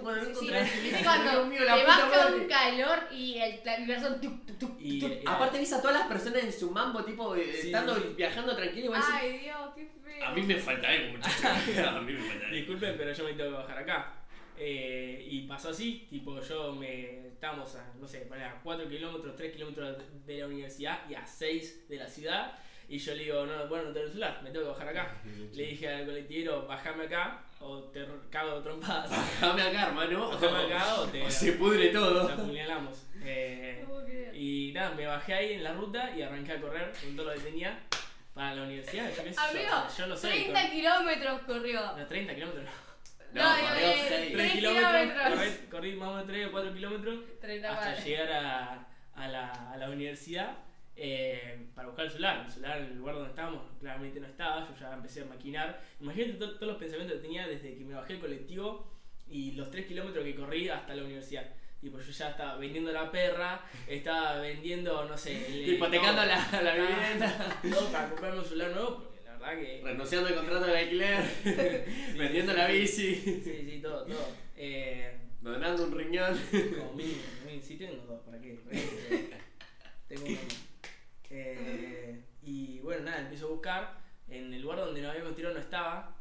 [SPEAKER 3] cuando no
[SPEAKER 6] Sí, sí,
[SPEAKER 3] encontrás
[SPEAKER 6] es cuando
[SPEAKER 3] mío,
[SPEAKER 6] te
[SPEAKER 3] la puta
[SPEAKER 6] baja
[SPEAKER 3] madre.
[SPEAKER 6] un calor y el corazón tuc, tuc, tuc,
[SPEAKER 1] Y,
[SPEAKER 6] tuc.
[SPEAKER 1] eh,
[SPEAKER 3] Aparte ves a todas las personas en su mambo, tipo, eh,
[SPEAKER 1] Sí,
[SPEAKER 3] estando
[SPEAKER 1] sí.
[SPEAKER 3] viajando tranquilo y vas a decir,
[SPEAKER 6] Ay, Dios, qué feo.
[SPEAKER 4] A mí me falta algo, muchachos. A mí me falta algo.
[SPEAKER 1] Disculpen, pero yo me tengo que bajar acá. Eh, y pasó así, tipo yo me... Estábamos a, no sé, poner a 4 kilómetros, 3 kilómetros de la universidad y a 6 de la ciudad. Y yo le digo, no, bueno, no tengo el celular, me tengo que bajar acá. Le dije al colectivero, bajame acá o te r- cago de trompadas.
[SPEAKER 3] Bajame acá, hermano.
[SPEAKER 1] Bajame acá o te...
[SPEAKER 3] O se pudre
[SPEAKER 1] te
[SPEAKER 3] todo.
[SPEAKER 1] apuñalamos. Eh,
[SPEAKER 6] No puedo creer.
[SPEAKER 1] y nada, me bajé ahí en la ruta y arranqué a correr con todo lo que tenía para la universidad. Yo qué sé yo,
[SPEAKER 6] Amigo,
[SPEAKER 1] o sea, yo no soy...
[SPEAKER 6] 30 kilómetros corrió.
[SPEAKER 1] No, 30 kilómetros.
[SPEAKER 3] No, corrió
[SPEAKER 6] eh,
[SPEAKER 3] seis.
[SPEAKER 6] tres
[SPEAKER 1] Tres kilómetros, corrí, corrí más o menos 3 o 4 kilómetros
[SPEAKER 6] 30
[SPEAKER 1] hasta
[SPEAKER 6] más.
[SPEAKER 1] llegar a, a la, a la universidad eh, para buscar el celular. El celular en el lugar donde estábamos claramente no estaba, yo ya empecé a maquinar. Imagínate to- todos los pensamientos que tenía desde que me bajé del colectivo y los 3 kilómetros que corrí hasta la universidad. Tipo, yo ya estaba vendiendo la perra, estaba vendiendo, no sé, el-
[SPEAKER 3] Hipotecando
[SPEAKER 1] todo-
[SPEAKER 3] la, la
[SPEAKER 6] Ah.
[SPEAKER 3] vivienda.
[SPEAKER 1] todo para comprarme un celular nuevo, porque la verdad que...
[SPEAKER 3] Renunciando al contrato de alquiler. vendiendo la bici.
[SPEAKER 1] Sí, sí, todo, todo. Eh,
[SPEAKER 3] Donando un riñón.
[SPEAKER 1] Como mínimo, como mínimo. Sí, tengo dos, ¿para qué? tengo uno. más. Eh, y bueno, nada, empiezo a buscar. En el lugar donde nos habíamos tirado no estaba.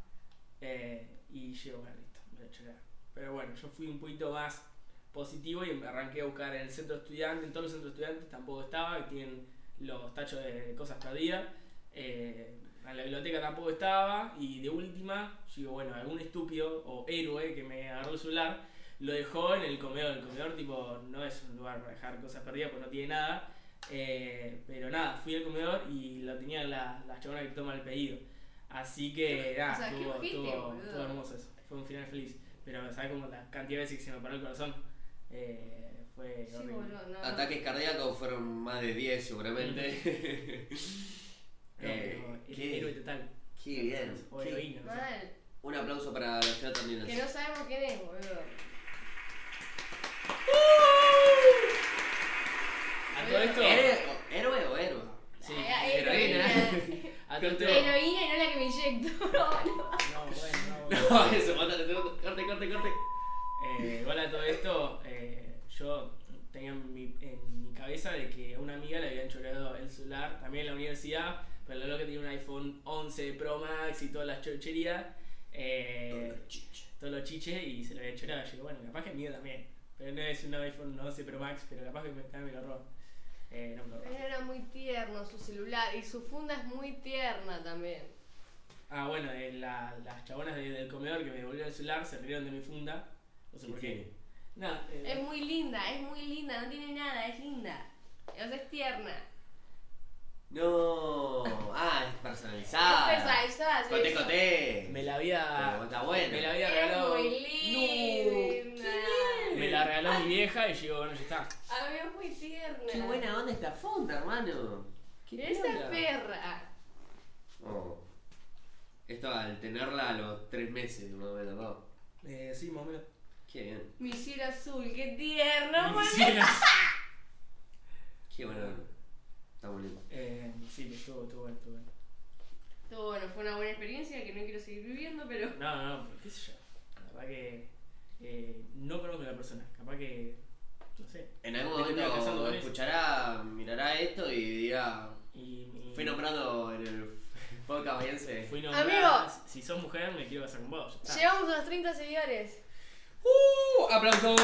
[SPEAKER 1] eh, y llego, bueno, listo, me voy a chorar. Pero bueno, yo fui un poquito más positivo y me arranqué a buscar en el centro estudiante. En todos los centros estudiantes tampoco estaba, que tienen los tachos de cosas perdidas. Eh, en la biblioteca tampoco estaba. Y de última, yo digo, bueno, algún estúpido o héroe que me agarró el celular lo dejó en el comedor. El comedor, tipo, no es un lugar para dejar cosas perdidas porque no tiene nada. Eh, pero nada, fui al comedor y lo tenía la, la chabona que toma el pedido. Así que, nada,
[SPEAKER 6] o sea, qué
[SPEAKER 1] estuvo,
[SPEAKER 6] ojete,
[SPEAKER 1] estuvo-
[SPEAKER 6] boludo.
[SPEAKER 1] estuvo hermoso eso. Fue un final feliz. Pero, ¿sabes cómo la cantidad de veces que se me paró el corazón? Eh, fue
[SPEAKER 6] Sí,
[SPEAKER 1] horrible.
[SPEAKER 6] boludo, no.
[SPEAKER 3] Ataques cardíacos fueron más de 10 seguramente.
[SPEAKER 1] No,
[SPEAKER 3] Eh,
[SPEAKER 1] pero el
[SPEAKER 3] qué-
[SPEAKER 1] héroe total.
[SPEAKER 3] Qué bien.
[SPEAKER 1] O heroína, no sé.
[SPEAKER 6] Mal.
[SPEAKER 3] Un aplauso para la ciudad también.
[SPEAKER 6] Que no sabemos quién es, boludo.
[SPEAKER 1] A
[SPEAKER 6] eh,
[SPEAKER 1] todo esto.
[SPEAKER 3] ¿Héroe o- héroe o héroe?
[SPEAKER 1] Sí,
[SPEAKER 6] Ah,
[SPEAKER 3] heroína.
[SPEAKER 1] a todo esto.
[SPEAKER 6] Heroína y no la que me inyecto. No,
[SPEAKER 1] No,
[SPEAKER 6] no.
[SPEAKER 1] bueno, no, bueno.
[SPEAKER 3] No, eso, mándale, corte, corte, corte.
[SPEAKER 1] Eh, igual a todo esto, eh, yo tenía en mi, en mi cabeza de que a una amiga le habían choreado el celular también en la universidad, pero la loca tenía un iPhone 11 Pro Max y todas las chocherías. Eh,
[SPEAKER 3] Chicha.
[SPEAKER 1] todos los chiches y se lo había chorado. Yo digo, bueno, capaz que es mío también. Pero no es un iPhone 11 Pro Max, pero capaz que me, también me lo robo. Eh, no me lo robo.
[SPEAKER 6] Pero era muy tierno su celular y su funda es muy tierna también.
[SPEAKER 1] Ah, bueno, eh, la- las chabonas de- del comedor que me devolvieron el celular se rieron de mi funda. No sé por qué. No, eh,
[SPEAKER 6] Es muy linda, es muy linda, no tiene nada, es linda. O sea, es tierna.
[SPEAKER 3] No. Ah, es
[SPEAKER 6] Es
[SPEAKER 3] personalizada.
[SPEAKER 6] personalizada, sí,
[SPEAKER 3] Coté,
[SPEAKER 6] sí.
[SPEAKER 3] coté.
[SPEAKER 1] me la había.
[SPEAKER 3] Pero está bueno.
[SPEAKER 1] Me la había
[SPEAKER 6] Es
[SPEAKER 1] regalado.
[SPEAKER 6] muy
[SPEAKER 1] No.
[SPEAKER 6] linda.
[SPEAKER 1] Me la regaló mi vieja y yo digo, bueno, ya está.
[SPEAKER 6] A mí es muy tierna.
[SPEAKER 3] Qué buena onda esta funda, hermano. Qué
[SPEAKER 6] Esa
[SPEAKER 3] piola.
[SPEAKER 6] perra.
[SPEAKER 3] Oh. Esto al tenerla a los tres meses, más o menos, ¿no?
[SPEAKER 1] Eh, sí, más o menos.
[SPEAKER 3] Qué bien.
[SPEAKER 6] Mi cielo azul, qué tierno, man.
[SPEAKER 1] Sí, no.
[SPEAKER 3] Qué buena onda. Está bonito.
[SPEAKER 1] Eh, sí, estuvo, estuvo bueno, estuvo bueno.
[SPEAKER 6] Estuvo bueno, fue una buena experiencia que no quiero seguir viviendo, pero.
[SPEAKER 1] No, no, pero qué sé yo. La verdad que eh, no conozco a la persona. Capaz que. No sé.
[SPEAKER 3] En algún
[SPEAKER 1] Me termino casando
[SPEAKER 3] momento
[SPEAKER 1] con eso.
[SPEAKER 3] escuchará, mirará esto y dirá.
[SPEAKER 1] Y, y-
[SPEAKER 3] Fui nombrado en el podcast bahiense.
[SPEAKER 1] Fui nombrada.
[SPEAKER 6] Amigo.
[SPEAKER 1] Si sos mujer, me quiero casar con vos.
[SPEAKER 3] Ah.
[SPEAKER 1] ya está.
[SPEAKER 6] Llegamos a los 30 seguidores.
[SPEAKER 3] ¡Uh! ¡Aplausos!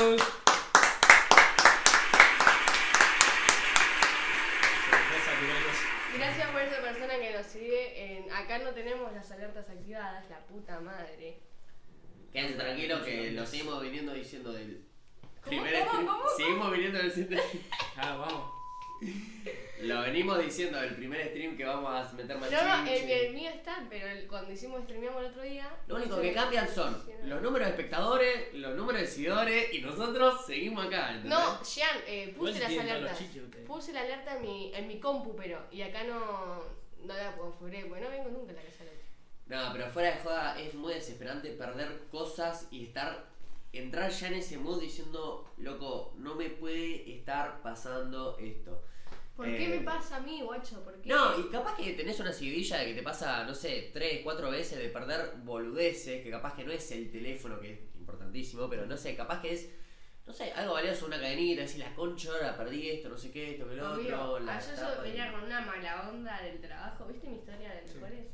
[SPEAKER 1] Sorpresa, primera cosa.
[SPEAKER 6] Gracias por esa persona que nos sigue. en- Acá no tenemos las alertas activadas, la puta madre.
[SPEAKER 3] Quédense tranquilos que lo seguimos viniendo diciendo del.
[SPEAKER 6] ¿Cómo,
[SPEAKER 3] primer
[SPEAKER 6] cómo,
[SPEAKER 3] stream-
[SPEAKER 6] cómo?
[SPEAKER 3] Seguimos viniendo del stream-
[SPEAKER 1] Ah, vamos.
[SPEAKER 3] Lo venimos diciendo del primer stream que vamos a meter
[SPEAKER 6] No,
[SPEAKER 3] más
[SPEAKER 6] no,
[SPEAKER 3] chinche.
[SPEAKER 6] el, el mío está, pero el- cuando hicimos streameamos el otro día.
[SPEAKER 3] Lo único que cambian son los números de espectadores, los números de seguidores y nosotros seguimos acá. ¿entendés?
[SPEAKER 6] No, Jean, eh,
[SPEAKER 1] Igual
[SPEAKER 6] puse
[SPEAKER 1] si
[SPEAKER 6] las
[SPEAKER 1] tienen todos los
[SPEAKER 6] alertas.
[SPEAKER 1] chiches ustedes.
[SPEAKER 6] Puse la alerta en mi, en mi compu, pero. Y acá no, no la configuré, porque no vengo nunca a la casa de la otra.
[SPEAKER 3] No, pero fuera de joda es muy desesperante perder cosas y estar. Entrar ya en ese mood diciendo, loco, no me puede estar pasando esto.
[SPEAKER 6] ¿Por qué
[SPEAKER 3] Eh,
[SPEAKER 6] me pasa a mí, guacho? ¿Por qué?
[SPEAKER 3] No, y capaz que tenés una seguidilla que te pasa, no sé, tres, cuatro veces de perder boludeces, que capaz que no es el teléfono, que es importantísimo, pero no sé, capaz que es, no sé, algo valioso, una cadenita, decir la concha, ahora perdí esto, no sé qué, esto, que lo
[SPEAKER 6] Amigo,
[SPEAKER 3] otro. la
[SPEAKER 6] ayer Ah, yo
[SPEAKER 3] tapa de-
[SPEAKER 6] venía con una mala onda del trabajo. ¿Viste mi historia de
[SPEAKER 1] Sí.
[SPEAKER 6] mejores?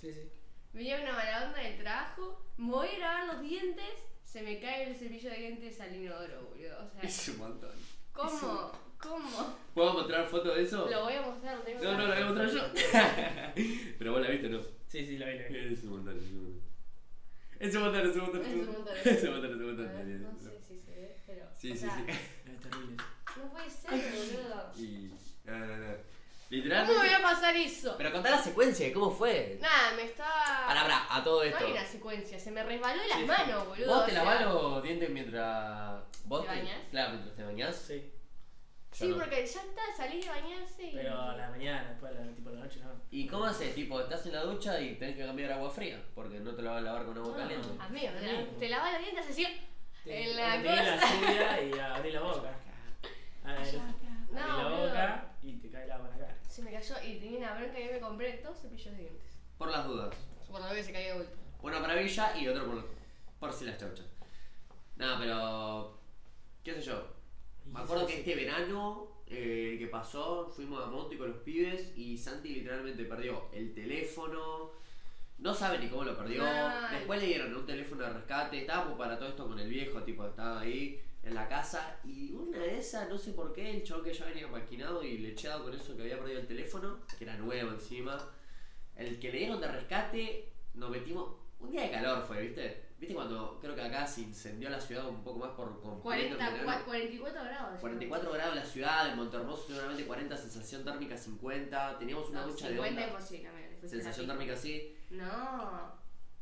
[SPEAKER 1] Sí, sí.
[SPEAKER 6] Venía una mala onda del trabajo, me voy a lavar los dientes, se me cae el cepillo de dientes al inodoro, boludo. O sea,
[SPEAKER 3] Es un montón.
[SPEAKER 6] ¿cómo? ¿Cómo?
[SPEAKER 3] ¿Puedo mostrar fotos de eso?
[SPEAKER 6] Lo voy a mostrar, tengo
[SPEAKER 3] No,
[SPEAKER 6] una-
[SPEAKER 3] no, la voy a mostrar yo. pero vos la viste, ¿no?
[SPEAKER 1] Sí, sí, la vi, la vi.
[SPEAKER 3] Es un montón, es un montón. Es un montón, es un montón.
[SPEAKER 6] Es un montón.
[SPEAKER 3] Es un montón, es un
[SPEAKER 6] A ver,
[SPEAKER 3] montón.
[SPEAKER 6] Ah, No sé si se ve, pero.
[SPEAKER 3] Sí,
[SPEAKER 6] o
[SPEAKER 3] sí,
[SPEAKER 6] sea,
[SPEAKER 3] sí.
[SPEAKER 1] Es terrible.
[SPEAKER 6] No puede ser, boludo.
[SPEAKER 3] Y. ah, No, no, no.
[SPEAKER 6] ¿Cómo me
[SPEAKER 3] Literalmente.
[SPEAKER 6] iba a pasar eso?
[SPEAKER 3] Pero contá la secuencia de cómo fue.
[SPEAKER 6] Nada, me estaba.
[SPEAKER 3] Pará, pará, a todo
[SPEAKER 6] no
[SPEAKER 3] esto.
[SPEAKER 6] hay una secuencia, se me resbaló las manos, boludo.
[SPEAKER 3] ¿Vos
[SPEAKER 6] o
[SPEAKER 3] te
[SPEAKER 6] sea.
[SPEAKER 3] lavás los dientes mientras. ¿Vos
[SPEAKER 6] ¿Te bañás?
[SPEAKER 3] Claro, mientras te bañás.
[SPEAKER 1] Sí.
[SPEAKER 6] Sí,
[SPEAKER 3] Yo no.
[SPEAKER 6] porque ya está, salí de bañarse y.
[SPEAKER 1] Pero a la mañana, después a la, tipo a la noche, no.
[SPEAKER 3] ¿Y cómo haces? Tipo, estás en la ducha y tenés que cambiar agua fría. Porque no te la vas a lavar con agua
[SPEAKER 1] Ah.
[SPEAKER 3] caliente.
[SPEAKER 6] Amigo, te la-
[SPEAKER 1] Amigo.
[SPEAKER 6] te lavas los dientes así. En la
[SPEAKER 1] Prendí la
[SPEAKER 6] cosa.
[SPEAKER 1] lluvia y abrí la boca. A ver,
[SPEAKER 6] No,
[SPEAKER 1] abrí la
[SPEAKER 6] boludo.
[SPEAKER 1] boca y te cae el agua en la cara.
[SPEAKER 6] Se me cayó y tenía una bronca y yo me compré dos cepillos de dientes.
[SPEAKER 3] Por las dudas.
[SPEAKER 6] Por la vez se cayó de vuelta.
[SPEAKER 3] Uno para Villa y otro por, por si las chauchas. Nada, pero. ¿Qué sé yo? Me acuerdo que este verano eh, que pasó, fuimos a Monte con los pibes y Santi literalmente perdió el teléfono. No sabe ni cómo lo perdió.
[SPEAKER 6] Mal.
[SPEAKER 3] Después le dieron un teléfono de rescate. Estábamos para todo esto con el viejo, tipo, estaba ahí en la casa. Y una de esas, no sé por qué, el chabón que ya venía maquinado y lecheado con eso que había perdido el teléfono, que era nuevo encima. El que le dieron de rescate, nos metimos. Un día de calor fue, ¿viste? ¿Viste cuando creo que acá se incendió la ciudad un poco más por completo? en
[SPEAKER 6] 40,
[SPEAKER 3] verano?
[SPEAKER 6] cua- 44 grados.
[SPEAKER 3] 44 grados en la ciudad, en Montermoso seguramente 40, sensación térmica 50, teníamos una
[SPEAKER 6] No, pues,
[SPEAKER 3] ducha de
[SPEAKER 6] 50
[SPEAKER 3] onda,
[SPEAKER 6] imposible, amigo. después se
[SPEAKER 3] sensación
[SPEAKER 6] la-
[SPEAKER 3] térmica así.
[SPEAKER 6] No.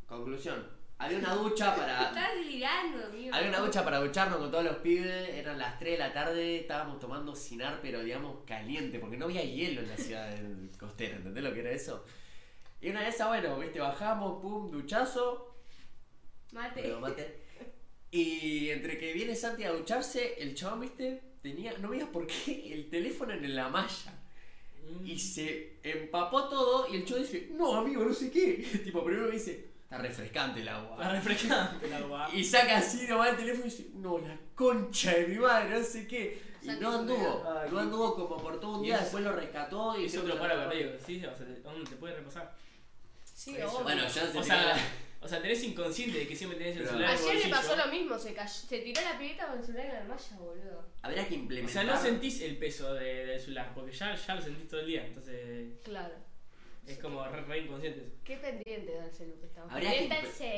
[SPEAKER 3] Conclusión, había una ducha para...
[SPEAKER 6] Estás delirando, amigo.
[SPEAKER 3] Había una ducha para ducharnos con todos los pibes, eran las 3 de la tarde, estábamos tomando cinar, pero digamos caliente, porque no había hielo en la ciudad del costera, ¿entendés lo que era eso? Y una de esas, bueno, viste, bajamos, pum, duchazo,
[SPEAKER 6] Mate.
[SPEAKER 3] Pero mate. Y entre que viene Santi a ducharse, el chabón, viste, tenía, no veas por qué, el teléfono en la malla.
[SPEAKER 1] Mm.
[SPEAKER 3] Y se empapó todo y el chabón dice, no, amigo, no sé qué. Tipo, primero me dice, está refrescante el
[SPEAKER 1] La
[SPEAKER 3] agua.
[SPEAKER 1] refrescante el agua.
[SPEAKER 3] Y saca así nomás el teléfono y dice, no, la concha de mi madre, no sé qué. Y
[SPEAKER 6] Santi
[SPEAKER 3] no
[SPEAKER 6] es un
[SPEAKER 3] anduvo,
[SPEAKER 1] crack.
[SPEAKER 3] no anduvo como por todo un
[SPEAKER 1] Y
[SPEAKER 3] día,
[SPEAKER 1] es-
[SPEAKER 3] después lo rescató y...
[SPEAKER 1] Es
[SPEAKER 3] creo que
[SPEAKER 1] otro
[SPEAKER 3] lo
[SPEAKER 1] para
[SPEAKER 3] rescató.
[SPEAKER 1] perdido. Sí, o sea, te, ¿dónde te puede repasar?
[SPEAKER 6] Sí,
[SPEAKER 1] Por eso.
[SPEAKER 6] obvio.
[SPEAKER 3] Bueno, ya se
[SPEAKER 1] O
[SPEAKER 3] te
[SPEAKER 1] sea,
[SPEAKER 3] cae la-
[SPEAKER 1] O sea, tenés inconsciente de que siempre tenés el
[SPEAKER 3] Pero-
[SPEAKER 1] celular en el
[SPEAKER 6] Ayer le
[SPEAKER 1] bolsillo.
[SPEAKER 6] pasó lo mismo, se, cayó, se tiró la pileta con el celular en la malla, boludo.
[SPEAKER 3] Habrá que
[SPEAKER 1] O
[SPEAKER 3] implementar.
[SPEAKER 1] sea, no sentís el peso de- del celular, porque ya, ya lo sentís todo el día, entonces
[SPEAKER 6] Claro.
[SPEAKER 1] es como re, re inconsciente.
[SPEAKER 6] Qué pendiente del celu que estamos.
[SPEAKER 3] Habría que
[SPEAKER 6] Pendiente al
[SPEAKER 3] impre-
[SPEAKER 6] celu.